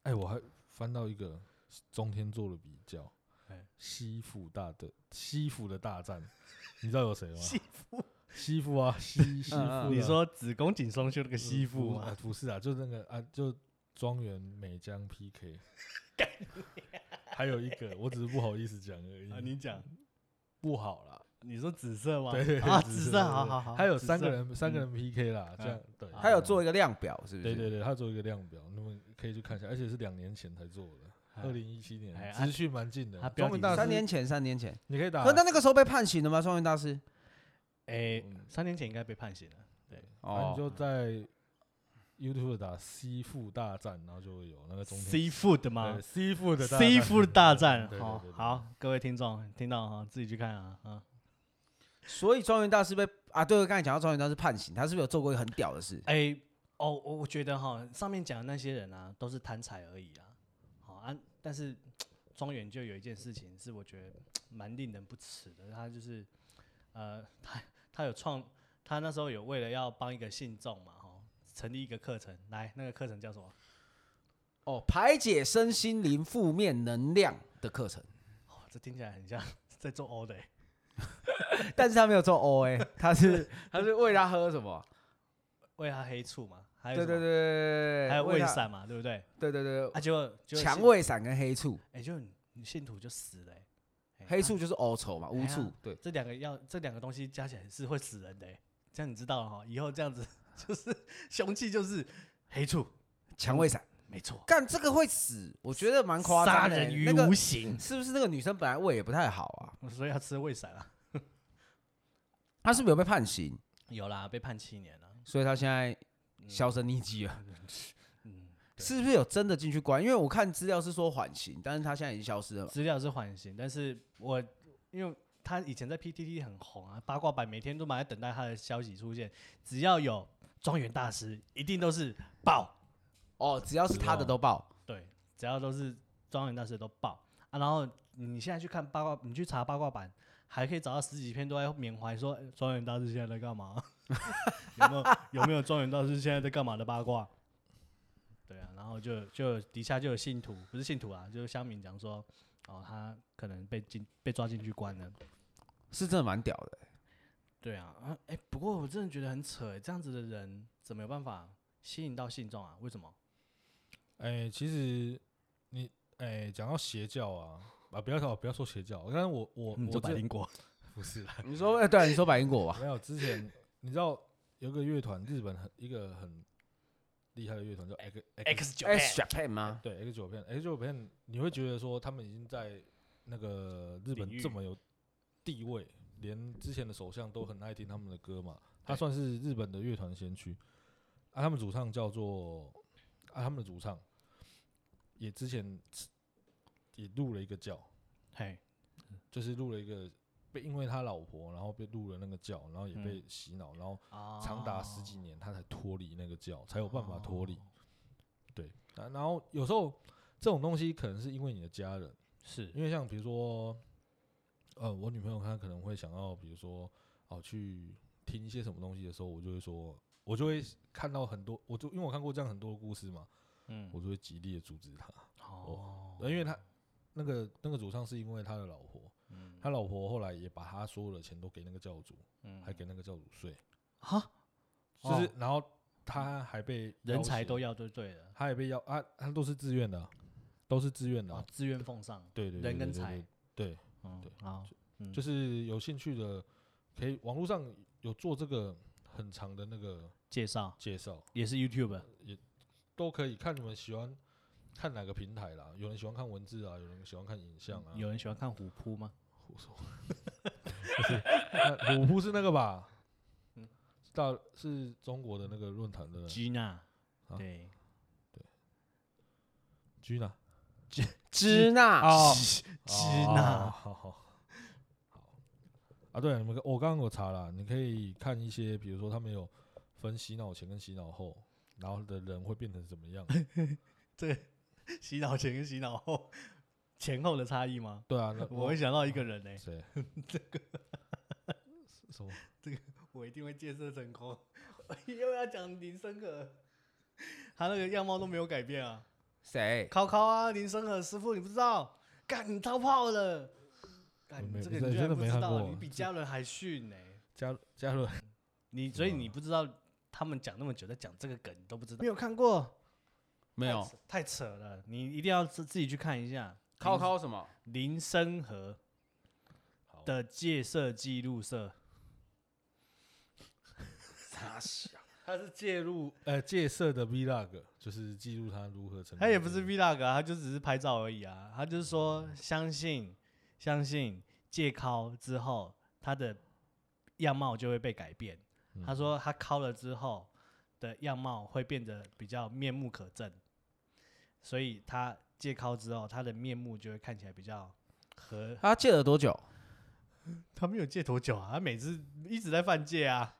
B: 哎，我还翻到一个中天做的比较
A: 哎，
B: 西服大的西服的大战，你知道有谁吗？
A: 西
B: 服，西服啊，西西服
C: 嗯
B: 啊，
A: 你说子宫颈松修那个西服
B: 不啊
A: 吗？
B: 不是啊，就那个啊，就庄园美江 PK，还有一个，我只是不好意思讲而已。
A: 啊，你讲，
B: 不好啦，
A: 你说紫色吗？
B: 对对对
A: 啊，
B: 紫
A: 紫
B: 色
A: 色，好
B: 对
A: 好好。
B: 还有
A: 紫
B: 三个
A: 色，
B: 人，三个人 PK 啦，这
A: 嗯
B: 样对。
A: 啊
C: 他有做一个量表，是不
B: 对
C: 是？
B: 对对，他做一个量表，那么可以去看一下，而且是两年前才做的，二零一七
A: 哎
B: 年，
A: 啊
B: 资讯蛮近的
A: 他。标
B: 庄
A: 题
B: 园大
A: 是
B: 师
C: 三，年前，三年前。
B: 你可以打
C: 可。他那个时候被判刑了吗？双元大师？
A: 哎，
B: 嗯
A: 三年前应该被判刑了。
B: 啊你
C: 哦，
B: 就在 YouTube 打西附大战，然后就会有那个中天
A: Seafood 吗
B: 对？西附的大战
A: Seafood 大战
B: 对，对
A: 好
B: 对对
A: 好，各位听众听到哈，自己去看啊啊！
C: 所以庄园大师被啊，对，刚才讲到庄园大师判刑，他是不是有做过一个很屌的事？
A: 哎，哦，我我觉得哈，上面讲的那些人啊，都是贪财而已啊。好啊，但是庄园就有一件事情是我觉得嗯蛮令人不齿的，他就是呃， 他他有创，他那时候有为了要帮一个信众嘛，哈，成立一个课程，来，那个课程叫什么？
C: 哦，排解身心灵负面能量的 课程，
A: 哦，这听起来很像 在做 O 的欸，
C: 但是他没有做 O A，他 是他是喂他喝什么？
A: 为他黑醋嘛，还有
C: 对对
A: 什
C: 对
A: 么
C: 对，
A: 还有
C: 喂
A: 胃
C: 他，
A: 散嘛，对不对？
C: 对对对
A: 啊，结果结果
C: 对，蔷
A: 信
C: 薇散跟黑醋，
A: 哎、就你你信徒就死了、欸，哎
C: 黑
A: 啊
C: 醋就是欧臭嘛，
A: 哎
C: 乌
A: 呀
C: 醋，对。
A: 这两个要这两个东西加起来是会死人的、欸，这样你知道了哈，以后这样子 就是凶器就是黑醋，
C: 蔷薇散，
A: 没错，
C: 干这个会死，我觉得蛮
A: 嗯
C: 夸
A: 杀
C: 张的欸。
A: 人于
C: 那个
A: 无形，
C: 是不是那个女生本来胃也不太好啊？
A: 所以要吃胃散啊，
C: 她是不是有被判刑？
A: 有啦，被判七年了，
C: 所以她现在
A: 嗯
C: 销声匿迹了。
A: 嗯，对
C: 是不是有真的进去关？因为我看资料是说缓刑，但是她现在已经消失了嘛。
A: 资料是缓刑，但是我因为他以前在 PTT 很红啊，八卦版每天都满在等待他的消息出现，只要有庄园大师，一定都是爆，
C: 哦，只要是他的都爆，
A: 对，只要都是庄园大师都爆啊。然后你现在去看八卦，你去查八卦版，还可以找到十几篇都在缅怀说哎庄园大师现在在干嘛， 有没有有没有庄园大师现在在干嘛的八卦？对啊，然后就就底下就有信徒，不是信徒啊，就是乡民讲说，哦，他可能被进被抓进去关了。
C: 是真的蛮屌的、
A: 对啊，啊，哎、不过我真的觉得很扯、欸，这样子的人怎么有办法吸引到信众啊？为什么？
B: 哎、其实你哎，讲、到邪教啊啊，不要说不要说邪教，但是我我
A: 你
B: 我
A: 说百
B: 这
A: 灵果，
B: 不是啦，
A: 嗯
C: 你说，哎、对、啊，你说百因果吧，
B: 没有之前你知道有个乐团，日本很一个很厉害的乐团叫 X
A: X 九
C: 哎、Japan 吗？
B: 对 X 九片 X 九片，你会觉得说他们已经在那个日本
A: 领域
B: 这么有地位，连之前的首相都很爱听他们的歌嘛。他
A: 对
B: 算是日本的乐团先驱，啊，他们主唱叫做啊，他们的主唱也之前也入了一个教，
A: 嘿，
B: 就是入了一个被因为他老婆，然后被入了那个教，然后也
A: 嗯
B: 被洗脑，然后
A: 啊
B: 长达十几年，他才脱离那个教，才有办法脱离
A: 哦。
B: 对，啊然后有时候这种东西可能是因为你的家人，
A: 是
B: 因为像比如说，呃，我女朋友她可能会想要，比如说哦去听一些什么东西的时候，我就会说，我就会看到很多，我就因为我看过这样很多的故事嘛，
A: 嗯
B: 我就会极力的阻止她，呃
A: 哦，
B: 因为她那个那个主唱是因为他的老婆，
A: 嗯
B: 他老婆后来也把他所有的钱都给那个教主，
A: 嗯
B: 还给那个教主睡。
A: 哈，
B: 就是、
A: 哦
B: 然后他还被
A: 人
B: 要
A: 才
B: 挟
A: 都，要就对了，
B: 他也被要啊，他都是自愿的啊，都是自愿的
A: 啊
B: 啊，，
A: 自愿奉上，
B: 对对，对
A: 人跟，
B: 对
A: 财
B: 对对
A: 嗯
B: 对，
A: 好，嗯
B: 就是有兴趣的可以网络上有做这个很长的那个
A: 介绍
B: 介绍，
A: 也是 YouTube，
B: 都可以看你们喜欢看哪个平台啦，有人喜欢看文字啊，有人喜欢看影像啊，
A: 有人喜欢看虎扑吗？
B: 胡说，那虎扑是那个吧？
A: 嗯
B: 是大是中国的那个论坛的
A: Gina，
B: 啊
A: 对，
B: G 呢？
C: 支那、
B: 哦，
A: 支那
B: 哦好好好啊，对，你们我刚刚我查了，你可以看一些，比如说他们有分洗脑前跟洗脑后，然后的人会变成怎么 样？
A: 洗脑前跟洗脑后前后的差异吗？
B: 对啊，那
A: 我会想到一个人欸呢、
B: 谁？这个什么？
A: 我一定会建设成功。 又要讲林森和，他那个样貌都没有改变啊。
C: 谁？
A: 考考啊，林森和师傅，你不知道？干，你超炮了！干，
B: 没
A: 你这个
B: 不是
A: 你居然
B: 真的
A: 不
B: 没
A: 知
B: 看
A: 道，
B: 过
A: 你比
B: 这
A: 嘉伦还逊呢、
B: 加加伦？
A: 你所以
B: 哇
A: 你不知道他们讲那么久在讲这个梗，你都不知道。没有看过，
C: 没有，
A: 太扯了，你一定要自自己去看一下。
C: 考考什么？
A: 林森和
B: 好
A: 的戒色记录社，
C: 傻小，
B: 他是介入呃戒色的 vlog，就是记录他如何成功。
A: 他也不是 vlog 啊，他就只是拍照而已啊。他就是说，相信相信戒尻之后，他的样貌就会被改变。
B: 嗯
A: 他说他尻了之后的样貌会变得比较面目可憎，所以他戒尻之后，他的面目就会看起来比较和。
C: 他戒了多久？
A: 他没有戒多久啊，他每次一直在犯戒 啊。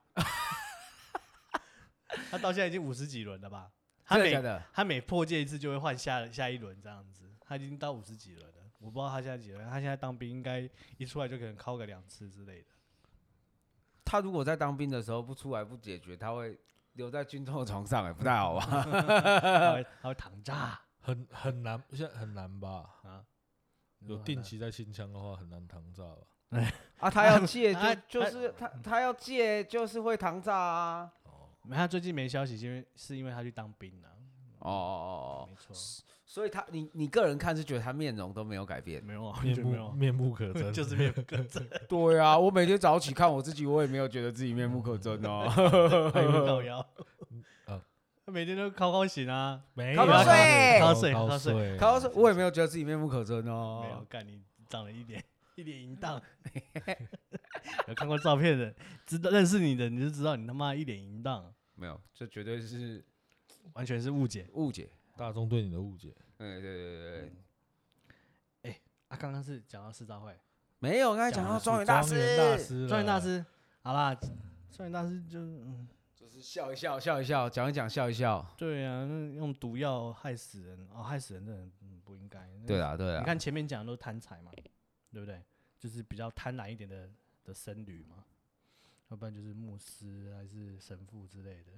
A: 他到现在已经五十几轮了吧？他
C: 真的
A: 每
C: 假的？
A: 他每破戒一次就会换下下一轮这样子，他已经到五十几轮了，我不知道他现在几轮，他现在当兵应该一出来就可能考个两次之 类的。
C: 他如果在当兵的时候不出来不解决，他会留在军中的床上、哎，不太好吧？
A: 他会他会躺啊炸
B: 很很难，现在很难吧？
A: 啊，
B: 有定期在清枪的话，很难膛炸吧？
C: 啊， 他要戒
A: 他
C: 就就是他他要戒就是会糖炸啊。
B: 哦，
A: 没他最近没消息，是因为是因为他去当兵了、啊
C: 哦哦哦哦，
A: 没错，
C: 所以他你你个人看是觉得他面容都没有改变。
A: 没有啊，
B: 面
A: 就没有
B: 目面目可
A: 啊，
B: 憎，
A: 就是没有跟着
C: 对啊，我每天早起看我自己，我也没有觉得自己面目可憎哦。
A: 还会靠 腰
B: 啊，
A: 他每天都靠靠醒啊，
B: 没
C: 靠
B: 有
C: 靠睡
A: 靠睡
B: 靠
A: 靠睡
B: 睡
C: 他说我也没有觉得自己面目可憎
A: 没有
C: 哦。
A: 干你长了一脸 一脸淫 荡，有看过照片的，知道认识你的你就知道你他妈一脸淫荡，
C: 没有，这绝对是
A: 完全是误解。
C: 误解。
B: 大众对你的误解。
C: 嗯对对对对对，
A: 啊，刚刚是讲到世招会，
C: 没有，刚才讲
A: 讲
C: 到
A: 的
B: 是
C: 庄园大
B: 庄园大
C: 师，
B: 师，
A: 庄园大，师，好啦，庄啊园大师就嗯，
C: 就是笑一笑，笑一笑，讲一讲，笑一笑。
A: 对啊，那用毒药害死人哦，害死人的人嗯不应该。那
C: 对啦，对啊
A: 你
C: 啦，
A: 看前面讲的都是贪财嘛，对不对？就是比较贪婪一点的的僧侣嘛，要不然就是牧师还是神父之类的。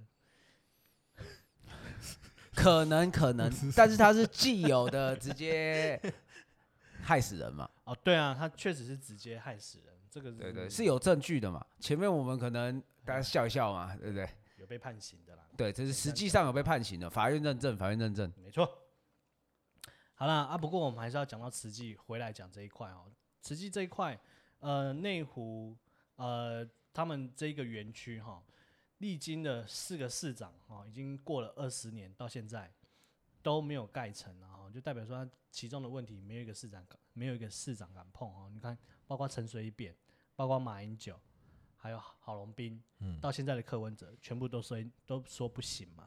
C: 可能可 能，但是他是既有的，直接害死人嘛。
A: 哦，对啊，他确实是直接害死人，这个
C: 对对，是有证据的嘛。前面我们可能大家笑一笑嘛，对不对？
A: 有被判刑的啦，
C: 对，这是实际上有被判刑的，法院认证，法院认证。
A: 没错。好啦，啊，不过我们还是要讲到慈济，回来讲这一块哦。慈济这一块，呃，内湖，呃，他们这个园区哈、历经了四个市长哈、已经过了二十年，到现在都没有盖成啊、哈就代表说它其中的问题没有一个市长敢，没有一个市长敢碰哦。你看，包括陈水扁，包括马英九，还有郝龙斌，
B: 嗯
A: 到现在的柯文哲，全部都说都说不行嘛。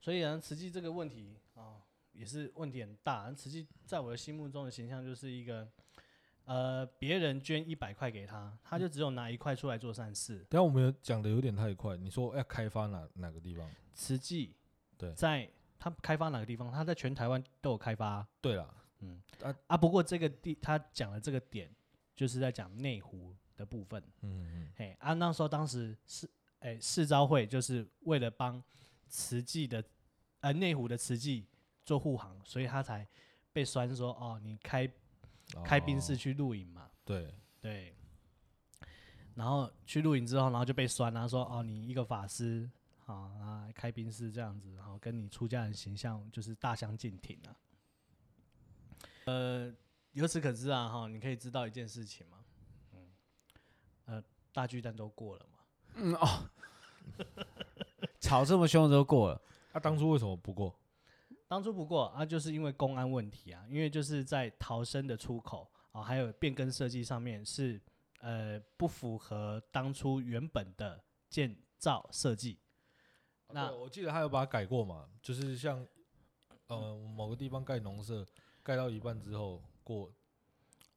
A: 所以呢，慈济这个问题啊、也是问题很大。慈济在我的心目中的形象就是一个，呃，别人捐一百块给他，他就只有拿一块出来做善事。
B: 但我们有讲的有点太快，你说要开发哪哪个地方？
A: 慈济
B: 对
A: 在他开发哪个地方，他在全台湾都有开发啊。
B: 对啦，
A: 啊不过这个地他讲的这个点，就是在讲内湖的部分。
B: 嗯嗯
A: 嘿，啊，那时候当时市哎、市招会就是为了帮慈济的呃内湖的慈济做护航，所以他才被酸说哦，你开
B: 嗯，
A: 开宾士
B: 哦，
A: 去露营嘛，
B: 对，
A: 对。然后去露营之后，然后就被酸啊，说哦，你一个法师啊啊，开宾士这样子，然后跟你出家人形象就是大相径庭啊。呃，由此可知啊，哈，你可以知道一件事情嘛，嗯，呃，大巨蛋都过了嘛，
C: 嗯哦， 吵这么凶的时候过了，
B: 他啊当初为什么不过？
A: 当初不过啊，就是因为公安问题啊，因为就是在逃生的出口啊，还有变更设计上面是呃不符合当初原本的建造设计。那
B: 那我记得他有把它改过嘛，就是像呃某个地方盖农舍，盖到一半之后过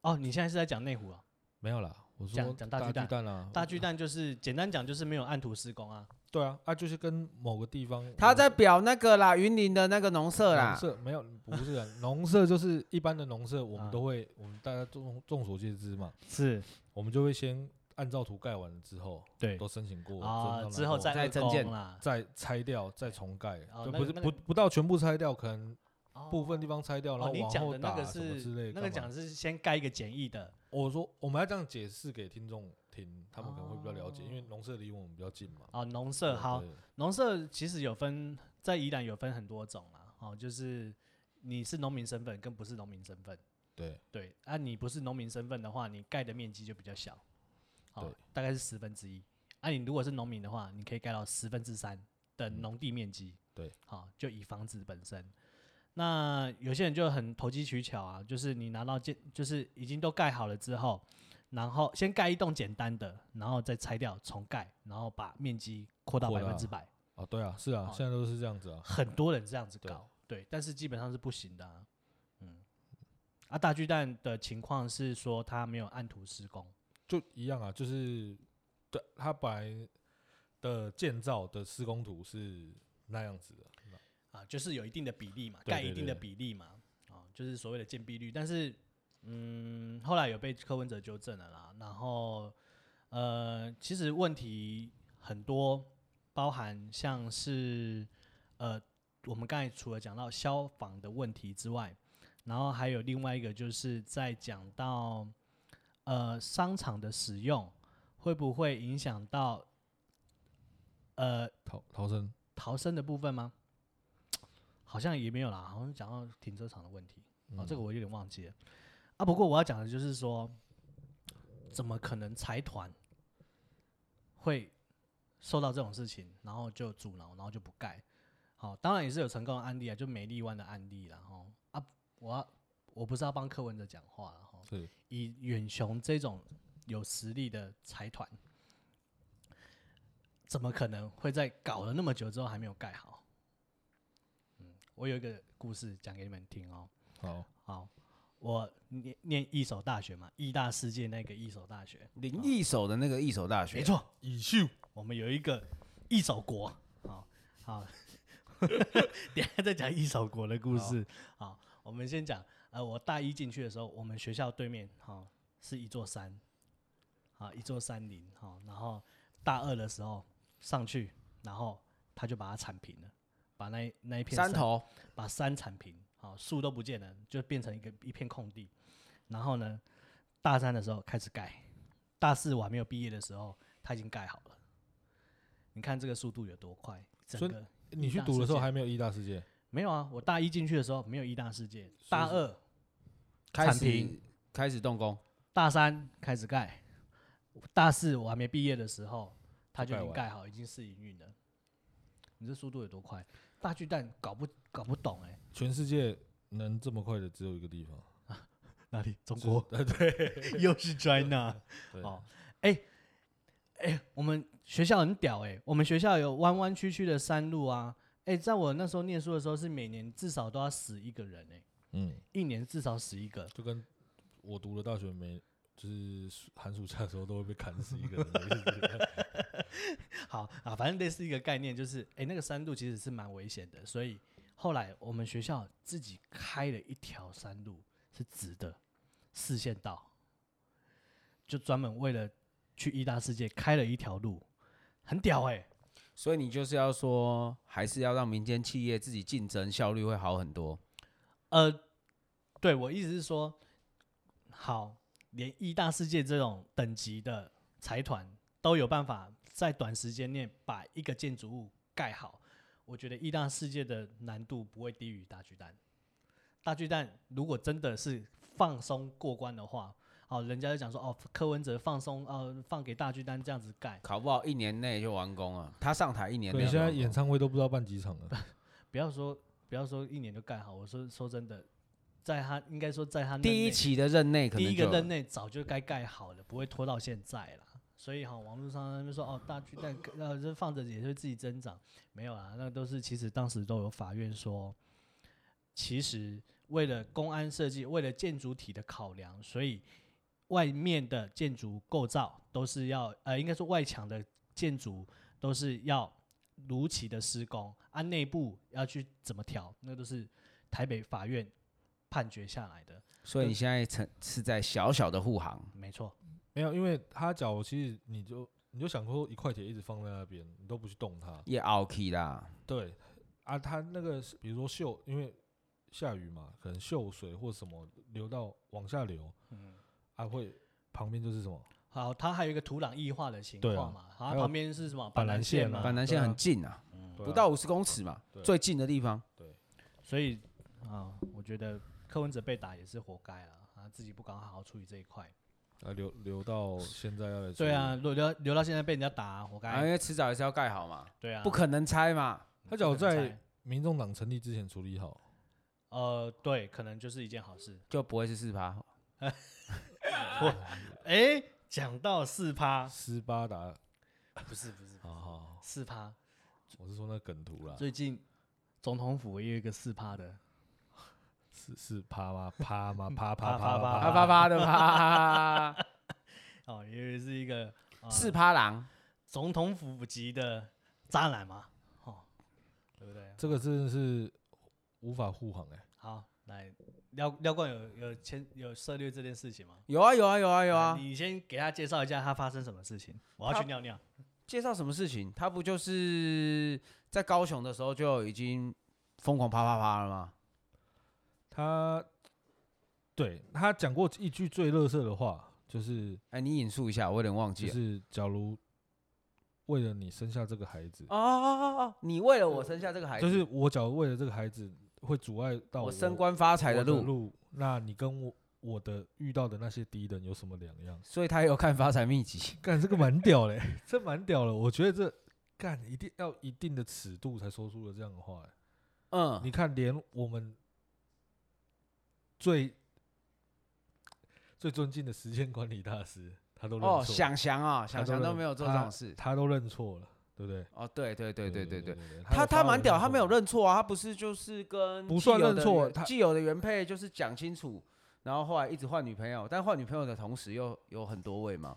A: 哦，你现在是在讲内湖啊？
B: 没有啦，我说
A: 讲讲大巨蛋
B: 蛋啊，
A: 大巨蛋就是简单讲就是没有按图施工啊。
B: 对啊啊，就是跟某个地方
C: 他在表那个啦，云林的那个农
B: 农
C: 舍啦，
B: 舍没有不是啊农舍就是一般的农舍，我
A: 啊
B: 们都会我们大家众众所皆知嘛，
A: 是，
B: 我们就会先按照图盖完了之后
A: 对
B: 都申请过
A: 啊，
B: 证
A: 之
B: 上拿
A: 后
B: 过
A: 再
C: 再
A: 二
C: 增建
A: 工啦。
B: 再拆掉再重盖，
A: 哦
B: 就
A: 那
B: 不
A: 个
B: 是
A: 那
B: 不
A: 个
B: 不到全部拆掉，可能
A: 哦
B: 部分地方拆掉，
A: 哦，
B: 然后
A: 你
B: 往
A: 讲
B: 后
A: 的那
B: 打
A: 个
B: 什么
A: 是
B: 之类，
A: 那个
B: 干嘛
A: 讲的是先盖一个简易的，
B: 我说我们要这样解释给听众听，他们可能会比较了解，因为
A: 哦
B: 农舍离我们比较近嘛。
A: 哦，农舍
B: 对
A: 好，
B: 对
A: 农舍其实有分，在宜兰有分很多种啦，哦，就是你是农民身份跟不是农民身份，
B: 对，
A: 对，啊，你不是农民身份的话，你盖的面积就比较小，哦
B: 对，
A: 大概是十分之一。啊，你如果是农民的话，你可以盖到十分之三的农地面积，
B: 嗯对，
A: 好、就以房子本身。那有些人就很投机取巧啊，就是你拿到建，就是已经都盖好了之后，然后先盖一栋简单的，然后再拆掉重盖，然后把面积扩大
B: 扩
A: 百分
B: 大
A: 之百。
B: 啊，对啊，是啊
A: 好，
B: 现在都是这样子啊。
A: 很多人这样子
B: 对
A: 搞，对，但是基本上是不行的、啊，嗯，啊，大巨蛋的情况是说它没有按图施工，
B: 就一样啊，就是对它本来的建造的施工图是那样子的，
A: 啊，就是有一定的比例嘛，
B: 对
A: 盖
B: 对
A: 一定的
B: 对
A: 比例嘛，啊，就是所谓的建蔽率。但是，嗯，后来有被柯文哲纠正了啦。然后，呃，其实问题很多，包含像是呃，我们刚才除了讲到消防的问题之外，然后还有另外一个就是在讲到呃商场的使用会不会影响到呃
B: 逃逃生
A: 逃生的部分吗？好像也没有啦，好像讲到停车场的问题啊、哦，这个我有点忘记了啊。不过我要讲的就是说，怎么可能财团会受到这种事情，然后就阻挠，然后就不盖？好、当然也是有成功的案例啊，就美丽湾的案例啦。哦啊，我要我不是要帮柯文哲讲话了哈、哦，
B: 是
A: 以远雄这种有实力的财团，怎么可能会在搞了那么久之后还没有盖好？嗯，我有一个故事讲给你们听哦。
B: 好
A: 好，我念念一所大学嘛，义大世界那个一所大学，
C: 林一手的那个一手大学，
A: 没错，
B: 以秀
A: 我们有一个一手国，好好， 等一下再讲一手国的故事。好，我们先讲，呃，我大一进去的时候，我们学校对面哈、好是一座山，啊，一座山林哈、好然后大二的时候上去，然后他就把它铲平了，把那那一片
C: 山头
A: 把山铲平，好、树都不见了，就变成一个一片空地。然后呢，大三的时候开始盖，大四我还没有毕业的时候，它已经盖好了。你看这个速度有多快？整
B: 所以
A: 个
B: 你
A: 义
B: 去
A: 大
B: 读的
A: 世
B: 时候
A: 界
B: 还没有义大世界，
A: 没有啊！我大一进去的时候没有一大世界，大二、
C: 开
A: 铲
C: 始
A: 平
C: 开始动工，
A: 大三开始盖，大四我还没毕业的时候，它
B: 就
A: 就已经
B: 盖
A: 盖好，已经试营运了。你这速度有多快？大巨蛋搞不搞不懂哎、
B: 全世界能这么快的只有一个地方，
A: 哪里？中
B: 国，
A: 对，又是 China。
B: 对，
A: 哦哎、我们学校很屌哎、我们学校有弯弯曲曲的山路啊。哎、在我那时候念书的时候，是每年至少都要死一个人哎、
B: 嗯，
A: 一年至少死一个。
B: 就跟我读的大学没，就是暑寒暑假的时候都会被砍死一个人的意思
A: 好啊，反正类似一个概念，就是哎、那个山路其实是蛮危险的，所以后来我们学校自己开了一条山路，是直的四线道，就专门为了去意大世界开了一条路，很屌哎、
C: 所以你就是要说，还是要让民间企业自己竞争，效率会好很多。
A: 呃，对我意思是说，好，连一大世界这种等级的财团都有办法在短时间内把一个建筑物盖好，我觉得一大世界的难度不会低于大巨蛋。大巨蛋如果真的是放松过关的话，哦，人家就讲说哦，柯文哲放松，呃，放给大巨蛋这样子盖，
C: 搞不好一年内就完工了。他上台一年内
B: 对，
C: 就
B: 现在
C: 完工，
B: 演唱会都不知道办几场了，
A: 不要说不要说一年就盖好，我说说真的，在他应该说在他任
C: 第一
A: 内
C: 期的任内可能
A: 第一个
C: 就
A: 任内早就该盖好了，不会拖到现在啦。所以哈、网络上他们说哦，大巨蛋呃这放着也会自己增长，没有啊，那都是其实当时都有法院说，其实为了公安设计，为了建筑体的考量，所以外面的建筑构造都是要呃，应该说外墙的建筑都是要呃如期的施工，按、内部要去怎么调，那都是台北法院判决下来的，
C: 所以你现在成是在小小的护航，
A: 没错。
B: 没有，因为他脚其实你就你就想说一块铁一直放在那边，你都不去动它，
C: 也 OK 啦。
B: 对啊，它那个是比如说锈，因为下雨嘛，可能锈水或什么流到往下流，
A: 嗯
B: 啊会旁边就是什么
A: 好，它还有一个土壤异化的情
B: 对啊
A: 况嘛，然
B: 还
A: 后
B: 有
A: 旁边是什么
B: 板
A: 板
B: 南
A: 南
B: 线
A: 线
B: 啊
A: 嘛，
C: 板南线
B: 对啊
C: 很近啊，不到五十公尺嘛
B: 对，啊
C: 最近的地方。
A: 所以啊、我觉得柯文哲被打也是活该了，啊，自己不敢好好处理这一块。
B: 啊流流到现在要来处
A: 对啊，如
B: 理，
A: 果留留到现在被人家打，活
C: 啊，
A: 该。
B: 哎
C: 因为迟早也是要盖好嘛，
A: 对啊，
C: 不可能拆嘛。
B: 他脚
A: 不可能
B: 在
A: 拆
B: 民众党成立之前处理好。
A: 呃，对，可能就是一件好事。
C: 就不会是四
B: 啊
C: 趴，
A: 哎，讲到四趴，
B: 斯巴达，
A: 不是不是
C: 哦
B: 好好，好
A: 四趴，
B: 我是说那梗图啦，
A: 最近总统府也有一个四趴的，
B: 是是趴吗？ 趴吗？趴
A: 啪
B: 趴
A: 啪
B: 趴
A: 啪啊
B: 趴
C: 啪啪 啪的
B: 啊
C: 啪，
A: 哦，也是一个、呃
C: 四趴狼，
A: 总统府级的渣男嘛，哦，对不对？
B: 这个真的是无法护航哎、
A: 好，来廖廖冠有有牵有涉略这件事情吗？
C: 有啊有啊有啊有啊。
B: 哎
A: 你先给他介绍一下他发生什么事情。我要
C: 他
A: 去尿尿。
C: 介绍什么事情？他不就是在高雄的时候就已经疯狂啪啪啪了吗？
B: 他对他讲过一句最乐色的话，就是
C: 哎、你引述一下，我有点忘记
B: 就
C: 了。
B: 是假如为了你生下这个孩子，
C: 哦哦哦哦，你为了我生下这个孩子，
B: 就是我假如为了这个孩子会阻碍到
C: 我升官发财
B: 我
C: 的
B: 的
C: 路，
B: 路，那你跟我我的遇到的那些敌人有什么两样？
C: 所以他有看发财秘籍。
B: 干这个蛮屌嘞，这蛮屌了，我觉得这干一定要一定的尺度才说出了这样的话、欸。
C: 嗯，
B: 你看，连我们最最尊敬的时间管理大师，他都认错，
C: 哦，想翔啊，想翔都没有做这种事。
B: 他都认错了，对不对？
C: 哦，对对对对对对，
B: 对，
C: 他
B: 有
C: 他
B: 发
C: 蛮
B: 文
C: 屌，
B: 认
C: 他
B: 错
C: 没有
B: 的，
C: 认错啊，他不是就是跟
B: 不算
C: 既有的
B: 认错
C: 原
B: 他
C: 既有的原配就是讲清楚，然后后来一直换女朋友，但换女朋友的同时又有很多位嘛。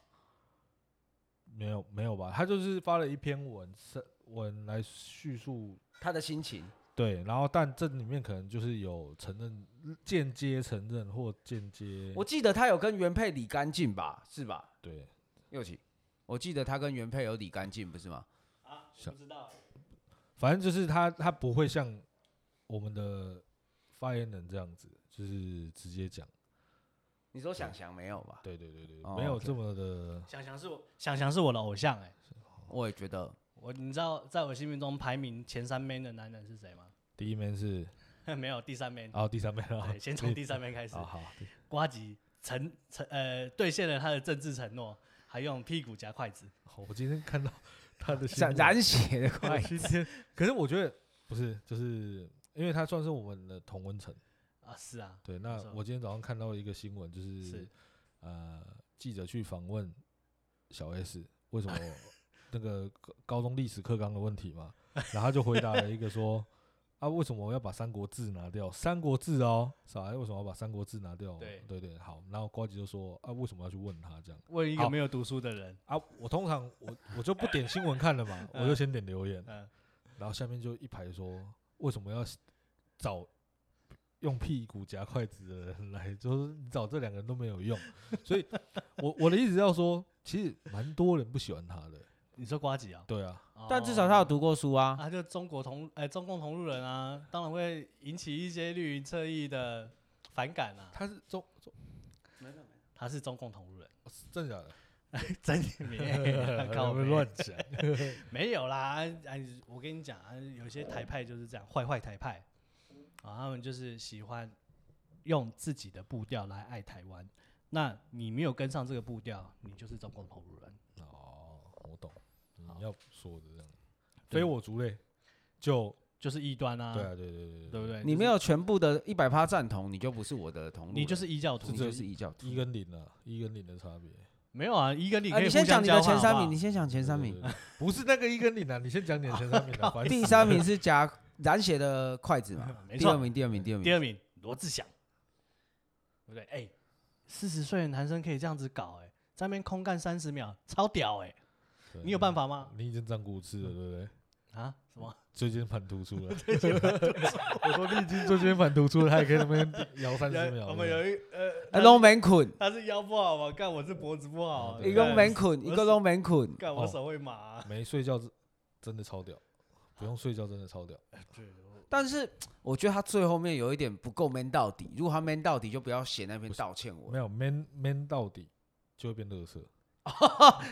B: 没有没有吧？他就是发了一篇文，是文来叙述
C: 他的心情，
B: 对，然后但这里面可能就是有承认、间接承认或间接
C: 我记得他有跟原配理干净吧，是吧？
B: 对，
C: 右起，我记得他跟原配有理干净，不是吗？
A: 啊，
B: 小
A: 不知道欸，
B: 反正就是他他不会像我们的发言人这样子，就是直接讲，
C: 你说想想没有吧？
B: 对对对对，
C: 哦
B: 没有
C: OK
B: 这么的
A: 想想是我想想是我的偶像哎、
C: 我也觉得，
A: 我你知道在我心目中排名前三 man 的男人是谁吗？
B: 第一面是
A: 没有，第三 man。
B: 哦第三面了
A: 对，，先从第三哦 man 开始
B: 好。好对
A: 瓜吉承承呃兑现了他的政治承诺，还用屁股夹筷子。
B: 好，我今天看到他的新
C: 染
B: 闻
C: 染血的
B: 我
C: 快，
B: 今天，可是我觉得不是，就是因为他算是我们的同温层。
A: 啊，是啊，
B: 对，那
A: 错
B: 我今天早上看到一个新闻，就是
A: 是
B: 呃，记者去访问小 S 为什么那个高高中历史课纲的问题嘛，然后他就回答了一个说 啊，为什么我要把《三国志》拿掉？《三国志》哦，小 S 为什么要把《三国志》拿掉？
A: 对
B: 对对，好，然后瓜吉就说啊，为什么要去问他这样？
A: 问一个
B: 好
A: 没有读书的人，
B: 啊，我通常我我就不点新闻看 了嘛，我就先点留言，
A: 嗯，
B: 然后下面就一排说为什么要找用屁股夹筷子的人来，就是你找这两个人都没有用，所以我我的意思要说，其实蛮多人不喜欢他的，
A: 你说瓜吉啊？
B: 对啊，
C: 但至少他有
A: 哦
C: 读过书啊。
A: 啊，就中国同哎、中共同路人啊，当然会引起一些绿营侧翼的反感啊。
B: 他是中中哦
A: 他是中共同路人，
B: 真的
A: 真的 没
B: 假 的，
A: 靠
B: 不要
A: 北
B: 乱讲，
A: 没有啦，哎，我跟你讲，啊有些台派就是这样，坏坏台派啊，他们就是喜欢用自己的步调来爱台湾。那你没有跟上这个步调，你就是中共同路人。
B: 哦，我懂你
A: 好
B: 要说的这样，
A: 对
B: 非我族类就
A: 就是异端啊，
B: 对啊，对对对
A: 对不对？
C: 你没有全部的一百趴赞同，你就不是我的同路人，
A: 你就是异教徒
C: 你，就是异教徒。
B: 一跟零啊，一跟零的差别。
A: 没有啊，一跟你
C: 啊
A: 可以
C: 你
A: 互
C: 先
A: 相
C: 讲你
A: 交
C: 的
A: 换
C: 前三
A: 好不
C: 名，
A: 好
C: 你先讲前三
B: 对
C: 名。，
B: 对对不是那个一跟零啊，你先讲你的前三名啊，烦
C: 第
B: 死
C: 三
B: 了
C: 名是夹染血的筷子嘛？
A: 没
C: 第二
A: 错，
C: 名，第二名，第二
A: 第
C: 名。
A: 二名罗志祥，对不对？哎、四十岁的男生可以这样子搞、哎，在那边空干三十秒，超屌哎、
B: 对
A: 你有办法吗？
B: 你已经占骨刺了，对不对？
A: 啊？什么？
B: 椎间盘突出了。我说你已经椎间盘突出了，还可以那边摇三十秒。
A: 我们有一呃，
C: 啊龙门捆，
A: 他是腰不好嘛，干我是脖子不好，
B: 对
C: 啊
A: 对
C: 一个
A: 不对
C: 门捆，
A: 我
C: 一个龙门捆。
A: 干
B: 哦
A: 我手会麻啊。
B: 没睡觉，真的超屌。不用睡觉真的超屌，
A: 对，
C: 但是我觉得他最后面有一点不够 man 到底，如果他 man 到底，就不要写那篇
B: 不是
C: 道歉文
B: 没。有 man man 到底就会变乐色。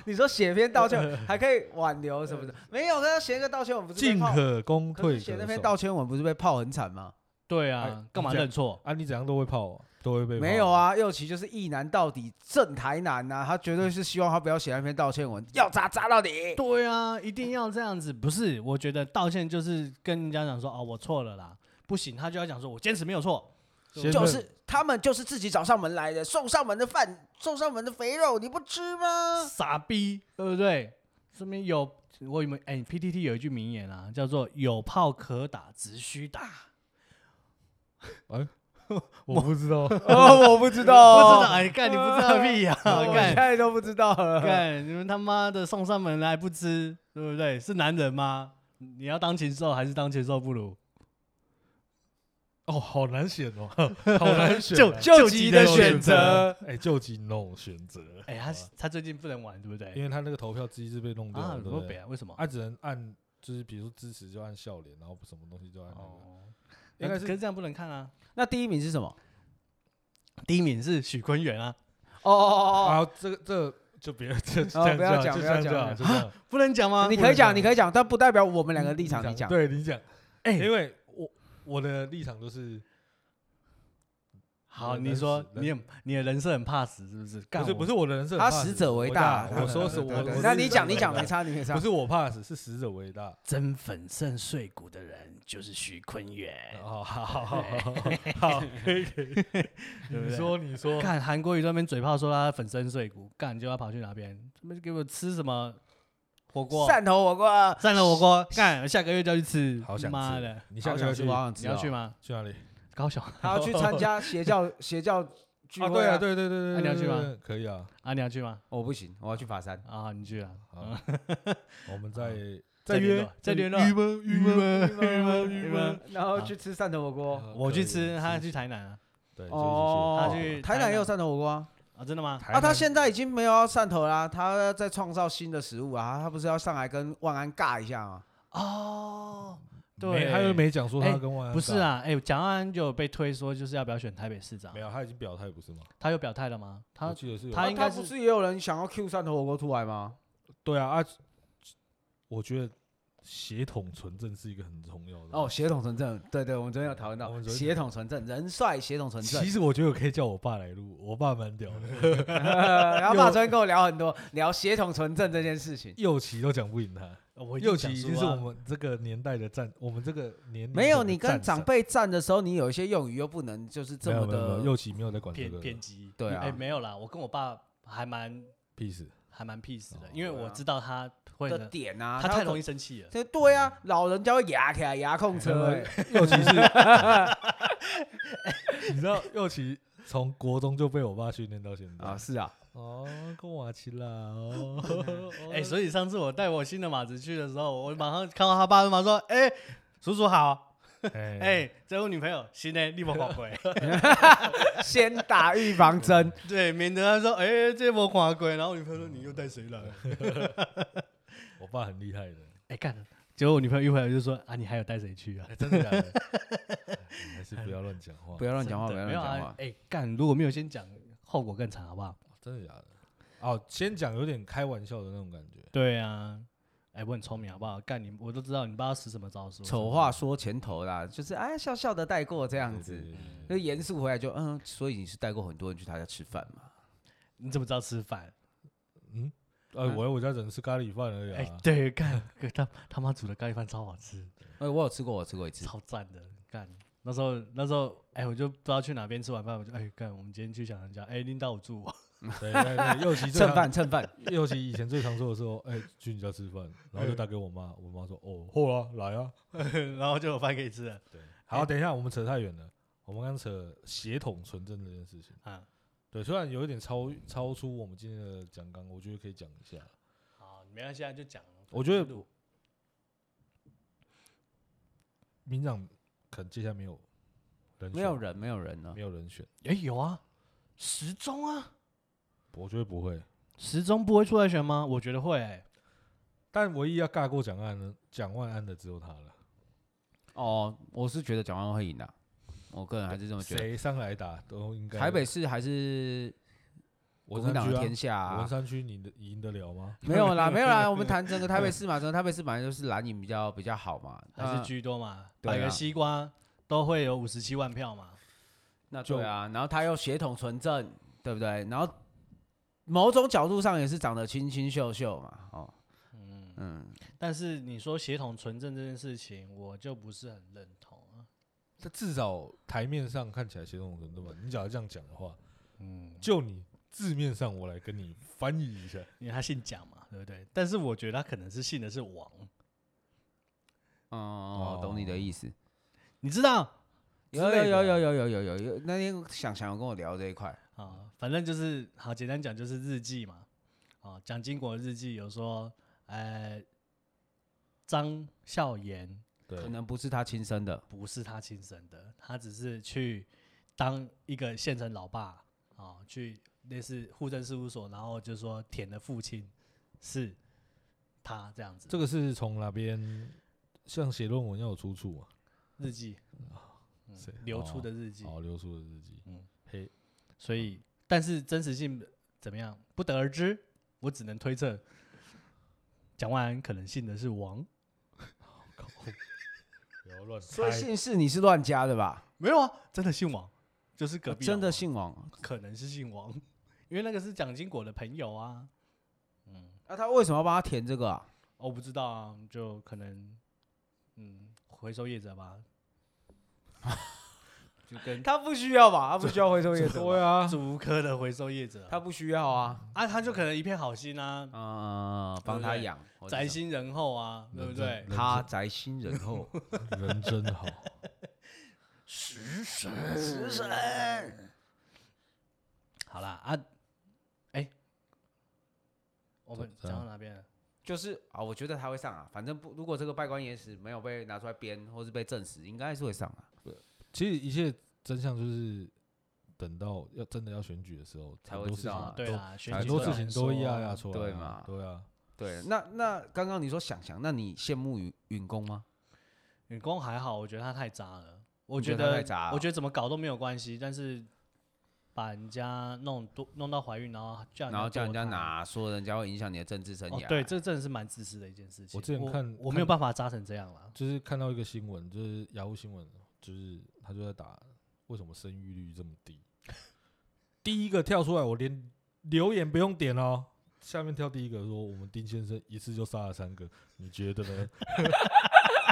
C: 你说写篇道歉文还可以挽留什 么的，没有，他写一个道歉文不是被
B: 进
C: 泡
B: 可攻
C: 可
B: 退
C: 是写那
B: 可
C: 篇
B: 守
C: 道歉文不是被泡很惨吗？
A: 对
B: 哎
A: 啊，干嘛
B: 你这样
A: 认错？
B: 啊，你怎样都会泡啊，都会被
C: 没
B: 泡
C: 有。啊，右奇就是一男到底正台男呐、他绝对是希望他不要写那篇道歉文，要砸砸到底。
A: 对啊，一定要这样子。不是，我觉得道歉就是跟人家讲说，哦，我错了啦，不行，他就要讲说我坚持没有错。
B: 先认
C: 就是他们就是自己找上门来的，送上门的饭，送上门的肥肉，你不吃吗？
A: 傻逼，对不对？这边有我有没有？哎、p t t 有一句名言啊，叫做“有炮可打，只需打
B: 我不知道，
C: 哦，我不知”。
A: 不
C: 道
A: 知道，哎，干你不知道个 屁呀、
C: 我现
A: 干
C: 在都不知道了。
A: 干你们他妈的送上门来不吃，对不对？是男人吗？你要当禽兽还是当禽兽不如？
B: 哦，好难选哦，好难选
A: 就
B: 啊。
C: 救急的选择，
B: 哎，救急 no 选择。
A: 哎、
B: 好
A: 他
B: 吧
A: 他最近不能玩，对不对？
B: 因为他那个投票机制被弄掉
A: 啊，
B: 了，
A: 如
B: 对
A: 果
B: 不对
A: 北？啊，为什么？
B: 他只能按，就是比如说支持就按笑脸，然后什么东西就按那个。
A: 哦，
B: 应该是
A: 可是这样不能看啊。
C: 那第一名是什么？
A: 第一名是许坤元啊，
C: 哦哦哦
B: 啊，这个这个就别就这
C: 哦
B: 样
C: 不要
B: 就好
C: 讲
B: 就
C: 不
B: 这
C: 要
B: 样就
C: 讲
B: 好就这样。
A: 不能讲
C: 哦
A: 吗
C: 哦，你？
B: 不
C: 可以
B: 能
C: 讲，
B: 讲
C: 你可以讲，但不代表我 们两个立场。你讲，
B: 对你讲，
A: 哎、
B: 因为我我的立场就是
A: 好，
B: 人
A: 你说
B: 死人
A: 你很你哎的人设很怕死是不是？
B: 不
A: 干
B: 是
A: 我
B: 不是我的人设很
C: 他
B: 怕死，
C: 死者为
B: 我
C: 大。
B: 我说是我
C: 对对对
B: 我，
C: 那你讲，你讲没
B: 没
C: 差，你没差
B: 不。是我怕死，是死者为大。
A: 真粉胜碎骨的人就是徐坤
C: 哎
A: 元，
B: 哦，好好好好好，可以可以。
A: 对不
B: 你
A: 对
B: 说你 说，
A: 看韩国瑜在那边嘴炮说他粉身碎骨，干就要跑去哪边？他们给我吃什么火锅？
C: 汕头火锅，
A: 汕头火锅，干下个月就要去吃。
B: 好想吃
A: 妈的，
B: 你下
C: 好
B: 个
C: 想
B: 要
C: 吃
B: 去
C: 我好想
A: 你
C: 吃哦
A: 要去吗？
B: 去哪里？
A: 高雄，
C: 他要去参加邪教邪教聚
B: 啊，
C: 会
B: 对啊，对对对
A: 啊
B: 对，
A: 你要去吗
B: 对？对对可以啊，
A: 啊，你要去吗？
C: 哦，不行，我要去爬 山。
A: 啊，你去啊，
B: 啊，我们再
A: 再联
B: 约
A: 络，再联络
B: 郁闷郁闷郁闷郁闷，
C: 然后去吃汕头火 锅。
B: 啊
A: 我
B: 可以
A: 去吃，他
B: 是
A: 去台南啊，
B: 对，是是是
C: 哦，
A: 他去
C: 台
A: 台
C: 南也有
A: 南
C: 汕头火锅啊。
A: 啊，真的吗？
B: 台
C: 啊，他
B: 南
C: 现在已经没有要汕头啦、他在创造新的食物啊，他不是要上来跟万安尬一下吗？
A: 哦，
B: 没
A: 对，
B: 他又没讲说
A: 哎
B: 他跟万安
A: 不是
B: 尬，
A: 啊，哎，蒋万安就有被推说就是要不要选台北市长
B: 没，有，他已经表态不是吗？
A: 他有表态了吗？
B: 我
A: 他
B: 记得是有
A: 他
C: 啊
A: 应该
C: 不
A: 是
C: 是也有人想要 Q 汕头火锅出来吗？
B: 对啊啊，我觉得血统纯正是一个很重要的
C: 哦，。血统纯正，对对，我们昨天有讨论
B: 我
C: 到
B: 们昨天
C: 血统纯正，人帅血统纯正
B: 其。实我觉得我可以叫我爸来录，我爸蛮屌的，
C: 然后爸昨天跟我聊很多， 聊血统纯正这件事情。
B: 右旗都讲不赢他。
A: 我
B: 右旗已
A: 就
B: 经是我们这个年代的战，我们这个年龄
C: 没有，
B: 层的
C: 你跟
B: 战
C: 长
B: 神
C: 辈站的时候，你有一些用语又不能就是这
B: 没有
C: 么
B: 没有没有
C: 的。
B: 右旗没有在管这
A: 偏
B: 个的
A: 偏激，
C: 对啊
A: 哎，没有啦，我跟我爸还蛮
B: 屁事。
A: 还蛮 peace 的
B: 哦，
A: 因为
C: 对
A: 我
C: 啊
A: 知道他会
C: 的
A: 的，
C: 点啊，
A: 他太容
C: 易。
A: 易生气了。，
C: 对对啊，老人家会牙起来牙控车、 欸，
B: 右旗是，你知道右旗从国中就被我爸训练到现在
C: 啊，是啊，
B: 哦，跟我起啦哦
A: 哎，所以上次我带我新的马子去的时候，我马上看到他爸，马上说：“哎，叔叔好，
B: 以
A: 哎，这是我女朋友，新的立马宝贵。”
C: 先打预防针。
A: 对，免得他说，哎、这波垮鬼，然后我女朋友说你又带谁来？
B: 我爸很厉害的，
A: 哎干、结果我女朋友一回来就说啊，你还有带谁去啊？
B: 哎真的假的？哎还是不要乱讲话
C: 不，要乱讲话，不
A: 真的
C: 要
A: 没有
C: 乱讲
A: 啊
C: 话。。
A: 哎干、如果没有先讲，后果更惨，好不好？
B: 真的假的？哦，先讲有点开玩笑的那种感觉，
A: 对啊，哎、我很聪明，好不好？干你，我都知道你爸使什么招数。
C: 丑话说前头啦，就是哎笑笑的带过这
B: 这
C: 样子，就严肃回来就嗯，所以你是带过很多人去他家吃饭嘛？
A: 你怎么知道吃饭？
B: 嗯，呃，我我家只能吃咖喱饭而已
A: 哎、
B: 啊。
A: 对，干他他妈煮的咖喱饭超好吃，
C: 哎，我有吃过，我吃过一次。
A: 超赞的。干那时候那时候，哎、我就不知道去哪边吃晚饭，我就哎干、我们今天去小杨家，哎、拎到我住我。
B: 对对对，右旗最
C: 蹭
B: 常
C: 饭蹭饭，
B: 尤其以前最常说的时候，哎、去你家吃饭，然后就打给我妈，我妈说，哦，后啊，来啊。
A: 然后就有饭可以吃了。
B: 对，
C: 哎
B: 好，等一下，我们扯太远了，我们刚扯血统纯正这件事情。
A: 啊，
B: 对，虽然有一点超超出我们今天的讲纲，我觉得可以讲一下。
A: 好，没关系，啊，就讲了。
B: 我觉得民长可能接下来没有人选，
C: 没有人，啊没有人呢
B: 没。有人选，
A: 哎、有啊，时钟啊，
B: 我觉得不会。
A: 时钟不会出来选吗？我觉得会、欸。
B: 但唯一要尬过蒋万安的，蒋万安的只有他了。
C: 哦，我是觉得蒋万安会赢的，啊我个人还是这么觉得。
B: 谁上来打都应该。
C: 台北市还是
B: 文
C: 国民
B: 山
C: 党
B: 区
C: 的
B: 啊
C: 天下
B: 文
C: 啊。
B: 山区，你的赢得了吗？
C: 没有啦，没有啦，我们谈整个台 北市嘛，整个台北市本来就是蓝营比较比较好嘛，
A: 还是
C: 那
A: 居多嘛，
C: 对啊
A: 摆个西瓜都会有五十七万票嘛。
C: 那
B: 就
C: 对啊，然后他又血统纯正，对不对？然后某种角度上也是长得清清秀秀嘛，哦，
A: 嗯，
C: 嗯，
A: 但是你说血统纯正这件事情，我就不是很认同啊。
B: 他至少台面上看起来血统纯正吧？你假如这样讲的话，
A: 嗯，
B: 就你字面上，我来跟你翻译一下。
A: 因为他姓蒋嘛，对不对？但是我觉得他可能是姓的是王，
C: 哦，懂你的意思。
A: 你知道
C: 有
B: 之类
C: 有
B: 的
C: 有有有有有有有，那天想想有跟我聊这一块，
A: 啊？反正就是好，简单讲就是日记嘛。啊，蒋经国的日记有说，呃，张孝言
B: 对，
C: 可能不是他亲生的，
A: 不是他亲生的，他只是去当一个县城老爸啊、去类似户政事务所，然后就说田的父亲是他这样子。
B: 这个是从哪边？像写论文要有出处啊嘛？
A: 日记、嗯
B: 是
A: 流出的日记，
B: 哦，流出的日记。
A: 嗯
B: 嗯，嘿，
A: 所以但是真实性怎么样不得而知，我只能推测。蒋万安可能信的是王，
B: 不要乱
C: 所以
B: 猜。
C: 姓氏你是乱加的吧？
A: 没有啊，真的姓王，就是隔
C: 我
A: 壁、
C: 呃
A: 哦
C: 真的，姓王，
A: 可能是姓王，因为那个是蒋经国的朋友啊。嗯，
C: 那啊他为什么要帮他填这个啊？
A: 哦我不知道啊，就可能，嗯，回收业者吧，就跟
C: 他不需要吧？他不需要回收业
B: 对啊，
A: 竹科的回收业者啊，
C: 他不需要啊，
A: 啊，他就可能一片好心啊，
C: 啊，帮他养或者
A: 宅
C: 什么
A: 心仁厚啊，对不
B: 人真
A: 对？
B: 人
C: 他宅心仁 厚，
B: 人真好。
A: 食神，食神，好啦啊，哎、我们
B: 怎
A: 讲
B: 样
A: 到哪边了？
C: 就是啊，我觉得他会上啊，反正不，如果这个拜官野史没有被拿出来编，或是被证实，应该还是会上啊。
B: 其实一切真相就是等到要真的要选举的时候，
C: 才
B: 很
C: 会
B: 多
C: 知
B: 事
C: 道
B: 情
A: 啊
C: 啊，
A: 对
B: 都
A: 啦，选
B: 很
A: 举
B: 多
A: 出来
B: 事情都
A: 说
B: 要要出来啊，
C: 对嘛
B: 对啊，
C: 对，那那刚刚你说想象，那你羡慕云允公吗？
A: 允公还好，我觉得他太渣了。我
C: 啊你
A: 觉
C: 觉得他
A: 得，
C: 太渣了啊
A: 我觉得怎么搞都没有关系，但是把人家弄多弄到怀孕，然后叫
C: 然后叫人家
A: 堕胎，
C: 拿，说人家会影响你啊的政治生
A: 哦
C: 涯。，
A: 对，这真的是蛮自私的一件事情。
B: 之前看
A: 我没有
B: 看
A: 办法渣成这样 了。
B: 就是看到一个新闻，就是雅虎新闻，就是他就在打为什么生育率这么低。 第一个跳出来，我连留言不用点哦，下面跳第一个说我们丁先生一次就杀了三个，你觉得呢？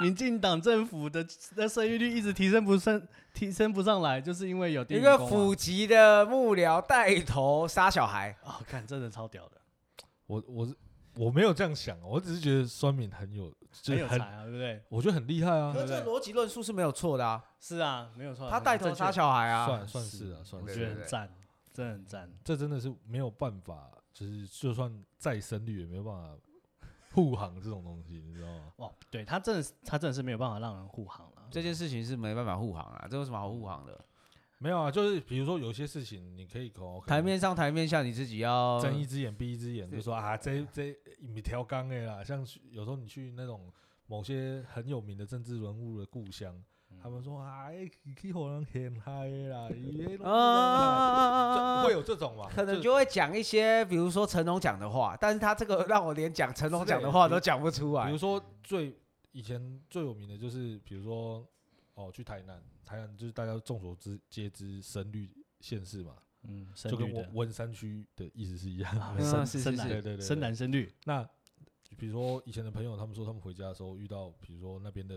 A: 民进党政府的的生育率一直提升不上，提升不上来，就是因为有丁
C: 一
A: 允
C: 个
A: 恭啊
C: 府级的幕僚带头杀小孩，
A: 哦，看真的超屌的，
B: 我我是我没有这样想哦，我只是觉得酸敏很有，就
A: 很
B: 是
A: 有才
B: 很，
A: 啊，对不对？
B: 我觉得很厉害啊
C: 可，是这逻辑论述是没有错的啊，
A: 是啊，没有错啊，
C: 他带头
A: 正确
C: 杀，小孩啊，
B: 算算是啊，算
A: 我
C: 对
A: 觉
B: 是
A: 得
B: 啊，
A: 很赞，真的很赞。
B: 这真的是没有办法，就是就算再生率也没有办法护航这种东西，你知道吗？
A: 哦，对他真的是，他真的是没有办法让人护航了。
C: 这件事情是没办法护航啊，这有什么好护航的？
B: 没有啊，就是比如说有些事情你可以可能
C: 台面上台面下你自己要
B: 睁一只眼闭一只眼，
C: 对
B: 就说啊，这这你调缸的啦。像去有时候你去那种某些很有名的政治人物的故乡，他们说啊，哎你去火人很嗨的啦，你
C: 啊啊啊啊啊
B: 就会有这种嘛？
C: 可能
B: 就
C: 就会讲一些，比如说成龙讲的话，但是他这个让我连讲成龙讲的话都讲不出
B: 比
C: 来
B: 如。说最以前最有名的就是，比如说哦，去台南，台南就是大家众所知皆知深绿县市嘛，
A: 嗯，深
B: 就跟
A: 绿的
B: 文文山区的意思是一样
A: 啊
B: 的。
A: 深
C: 是
A: 深
C: 是是
B: 对
A: 蓝
B: 对对，
A: 深蓝深绿，
B: 那比如说以前的朋友，他们说他们回家的时候遇到，比如说那边的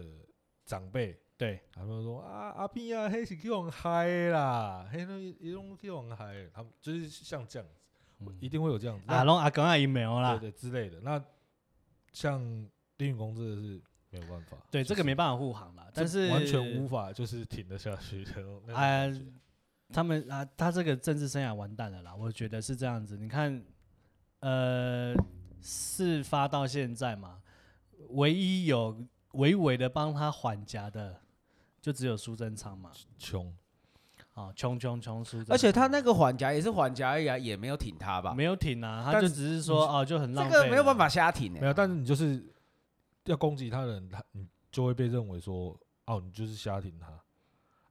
B: 长辈，
A: 对，
B: 他们说啊阿斌啊，嘿是去往嗨的啦，嘿那一种去往嗨的，他们就是像这样子，一定会有这样子。那
A: 啊，龙阿公阿姨没有啦
B: 对，对之类的。那像丁允公真的是没有办法，
A: 对，
B: 就
A: 这个
B: 是
A: 没办法护航啦，但
B: 这
A: 是
B: 完全无法就是挺得下去的那种
A: 哎
B: 感觉。
A: 他们啊，他这个政治生涯完蛋了啦，我觉得是这样子。你看，呃，事发到现在嘛，唯一有微微的帮他缓夹的，就只有苏贞昌嘛，
B: 穷，
A: 啊，穷穷穷苏贞昌，
C: 而且他那个缓夹也是缓夹而已啊，也没有挺他吧？
A: 没有挺啊，他
B: 但
A: 就是只是说哦，就很
C: 这
A: 浪费，
C: 个没有办法，瞎
A: 啊
C: 挺
B: 没
C: 欸
B: 有，但是你就是要攻击他的人，他你就会被认为说，哦，你就是瞎挺他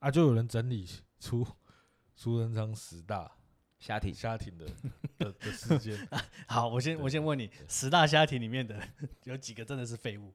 B: 啊，就有人整理出 苏贞昌十大
C: 瞎挺。
B: 瞎挺的的的事件，
A: 好，我先我先问你，十大虾艇里面的 有几个真的是废物？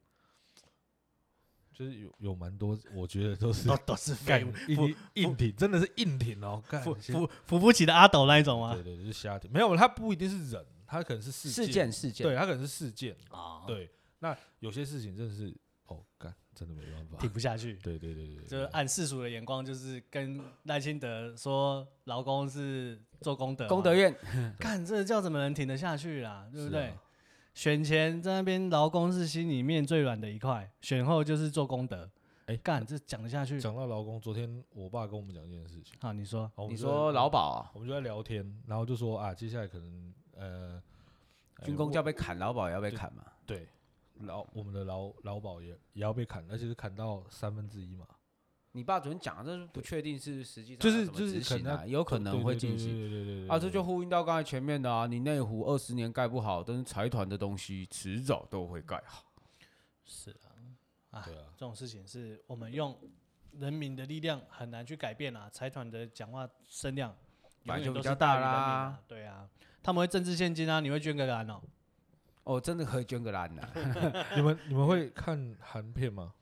B: 就是有有蛮多，我觉得都 是
A: 都都是
B: 干
A: 哦废物，
B: 硬硬挺，真的是硬 挺哦，干
A: 扶
B: 先
A: 扶扶不起的阿斗那一种吗
B: 对？对，就是瞎挺，没有，他不一定是人，他可能是事
C: 事件事件，
B: 对他可能是事件，
A: 啊，
B: 对，那有些事情真的是哦，干真的没办法
A: 挺，不下去。
B: 对对对对，对
A: 就是按世俗的眼光，就是跟赖清德说，劳工是做功德嘛，
C: 功德院
A: 看这叫怎么能挺得下去啦，对不
B: 是
A: 对？
B: 啊
A: 选前在那边劳工是心里面最软的一块，选后就是做功德，
B: 哎
A: 干这讲得下去？
B: 讲到劳工，昨天我爸跟我们讲一件事情，
A: 好，你说，
B: 然后我们
C: 你
B: 就
C: 说
B: 在嗯
C: 劳保啊，
B: 我们就在聊天，然后就说啊，接下来可能呃，呃
C: 军工
B: 我
C: 要被砍，劳保也要被砍嘛？
B: 对劳我们的劳劳保也也要被砍，而且是砍到三分之一嘛，
C: 你爸昨天讲，这是不确定是实际上
B: 就是
C: 要怎么
B: 就是
C: 执行
B: 可能
C: 啊，
B: 要
C: 有可能会
B: 对
C: 进行。
B: 对对对对
C: 啊，这就呼应到刚才前面的啊，你内湖二十年盖不好，但是财团的东西迟早都会盖好。
A: 是啊，啊，
B: 对啊，
A: 这种事情是我们用人民的力量很难去改变啊，财团的讲话声量
C: 本来
A: 永远
C: 就比
A: 都
C: 较
A: 是大于
C: 大
A: 人民
C: 啦
A: 啊，对啊，他们会政治现金啊，你会捐给蓝哦？
C: 哦，真的可以捐个蓝呐、
B: 你们你们会看韩片吗？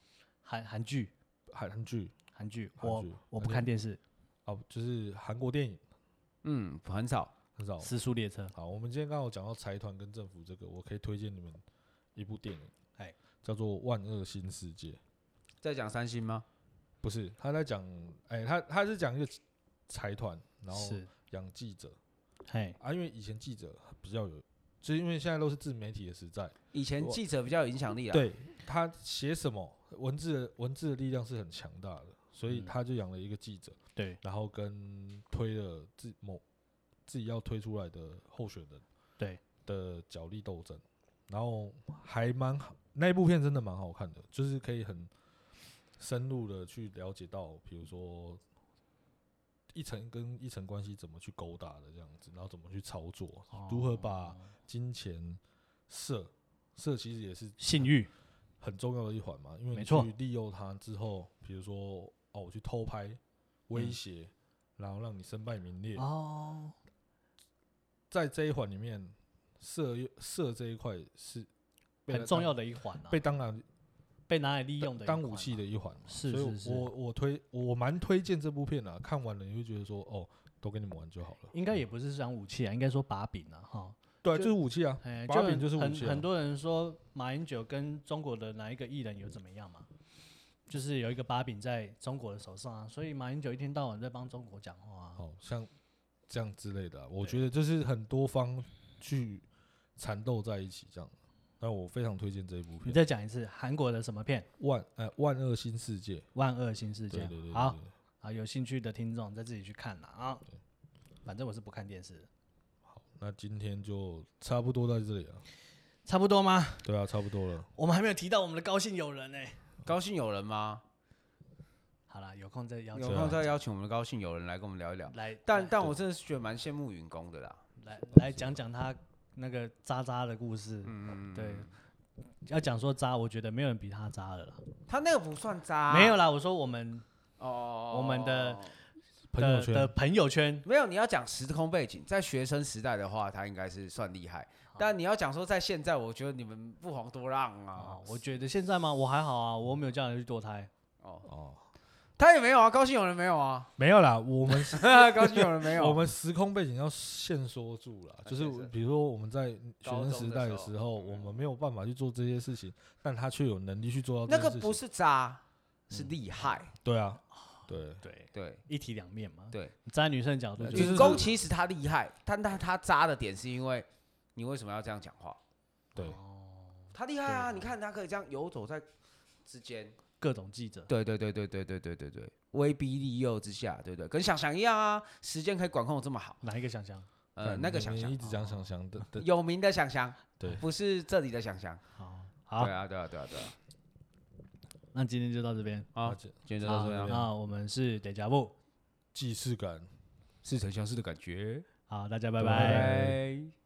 A: 韩韩剧，
B: 韩剧，
A: 韩剧，
B: 韩
A: 我
B: 剧
A: 我
B: 韩
A: 不
B: 剧
A: 看电视，
B: 哦，就是韩国电影
C: 嗯，很少。
B: 很少
A: 《私速列车》。
B: 好，我们今天刚好讲到财团跟政府这个，我可以推荐你们一部电影，
A: 哎，
B: 叫做《万恶新世界》。
C: 在讲三星吗？
B: 不是，他在讲，哎、他他是讲一个财团，然后
A: 是，
B: 养记者
A: 嘿，
B: 啊，因为以前记者比较有，就是因为现在都是自媒体的时代，
C: 以前
B: 我
C: 记者比较有影响力啊。，
B: 对他写什么文字的文字的力量是很强大的，所以
A: 嗯
B: 他就养了一个记者，
A: 对
B: 然后跟推了自某自己要推出来的候选人
A: 对
B: 的角力斗争，然后还蛮好，那一部片真的蛮好看的，就是可以很深入的去了解到，比如说一层跟一层关系怎么去勾搭的这样子，然后怎么去操作，如何把
A: 哦
B: 金钱色色其实也是
A: 性欲
B: 很重要的一环嘛，因为
A: 没
B: 你
A: 错
B: 去利诱他之后，比如说哦，我去偷拍、威
A: 嗯
B: 胁，然后让你身败名裂，
A: 哦，
B: 在这一环里面，色又色这一块是被
A: 很
B: 他
A: 重
B: 当
A: 要的一环啊，
B: 被
A: 被
B: 当然
A: 被拿来利用的一
B: 当
A: 环
B: 武器
A: 嘛
B: 的，一环嘛，
A: 是
B: 所以
A: 是是
B: 我我推我蛮推荐这部片的、啊看完了你会觉得说哦，都给你们玩就好了，
A: 应该也不是讲武器啊，应该说把柄啊，哈，
B: 对啊，
A: 就
B: 就是武器啊，
A: 哎，
B: 把
A: 就
B: 柄
A: 很
B: 就是武
A: 很
B: 器啊
A: 很多人说马英九跟中国的哪一个艺人有怎么样嘛？就是有一个把柄在中国的手上啊，所以马英九一天到晚在帮中国讲话、啊。
B: 好像这样之类的啊、我
A: 对
B: 觉得就是很多方去缠斗在一起这样。那我非常推荐这一部
A: 你
B: 片《
A: 再讲一次韩国的什么片？
B: 万呃万恶新世界》。
A: 万恶新世界
B: 对对。对对
A: 好
B: 对
A: 啊，有兴趣的听众再自己去看啦啊。反正我是不看电视的，
B: 好，那今天就差不多在这里了。
A: 差不多吗？
B: 对啊，差不多了。
A: 我们还没有提到我们的高兴友人呢、
C: 高兴有人吗？
A: 好啦，有空再邀
C: 有
A: 请
B: 对啊
C: 空再邀请我们的高兴有人来跟我们聊一聊。
A: 来，
C: 但但
B: 对
C: 我真的是觉得蛮羡慕云工的啦。
A: 来来讲讲他那个渣渣的故事。
C: 嗯，
A: 对，要讲说渣，我觉得没有人比他渣了啦。
C: 他那个不算渣，
A: 没有啦，我说我们
C: 哦，
A: 我们的
B: 朋友
A: 的的
B: 圈
A: 朋友圈，
C: 没有。你要讲时空背景，在学生时代的话，他应该是算厉害。但你要讲说在现在，我觉得你们不遑多让啊
A: 啊。，我觉得现在吗？我还好啊，我没有叫人去堕胎。
C: 哦，
B: 哦，
C: 他也没有啊，高兴有人没 有啊，
B: 没有啦，我们
C: 高兴有人没有。啊
B: 我们时空背景要限缩住了，就
C: 确实
B: 是比如说我们在学生时代的
C: 啊高中的
B: 时
C: 时候
B: 候，我们没有办法去做这些事情，但他却有能力去做到
C: 那
B: 这
C: 个
B: 件事情。
C: 不是哦渣，是
B: 嗯
C: 厉害。
B: 对啊，对，
A: 对，
C: 对
A: 一体两面嘛。
C: 对，
A: 站在女生的角度，
B: 就
A: 就是
C: 允公其实他厉害，但他他渣的点是因为你为什么要这样讲话？
B: 对
C: 他厉害啊！
A: 对
C: 你看他可以这样游走在之间，
A: 各种记者。
C: 对对对对对对对对对，威逼利诱之下，对不对？跟想想一样啊，时间可以管控得这么好。
A: 哪一个想象？
C: 呃，
B: 对
C: 那个
B: 你
C: 想哦
B: 你
C: 想
B: 一，直讲想想的的，
C: 有名的想想，
B: 对
C: 不是这里的想想。
A: 好，好
C: 对，啊，对啊，对啊，对啊。
A: 那今天就到这边。
B: 而
C: 好，
B: 且
C: 今天就
A: 好
C: 到这啊样。
A: 那我们是得加布，
B: 既视感
C: 似曾相识的感觉，
A: 好，大家拜
B: 拜
A: 拜。
B: 拜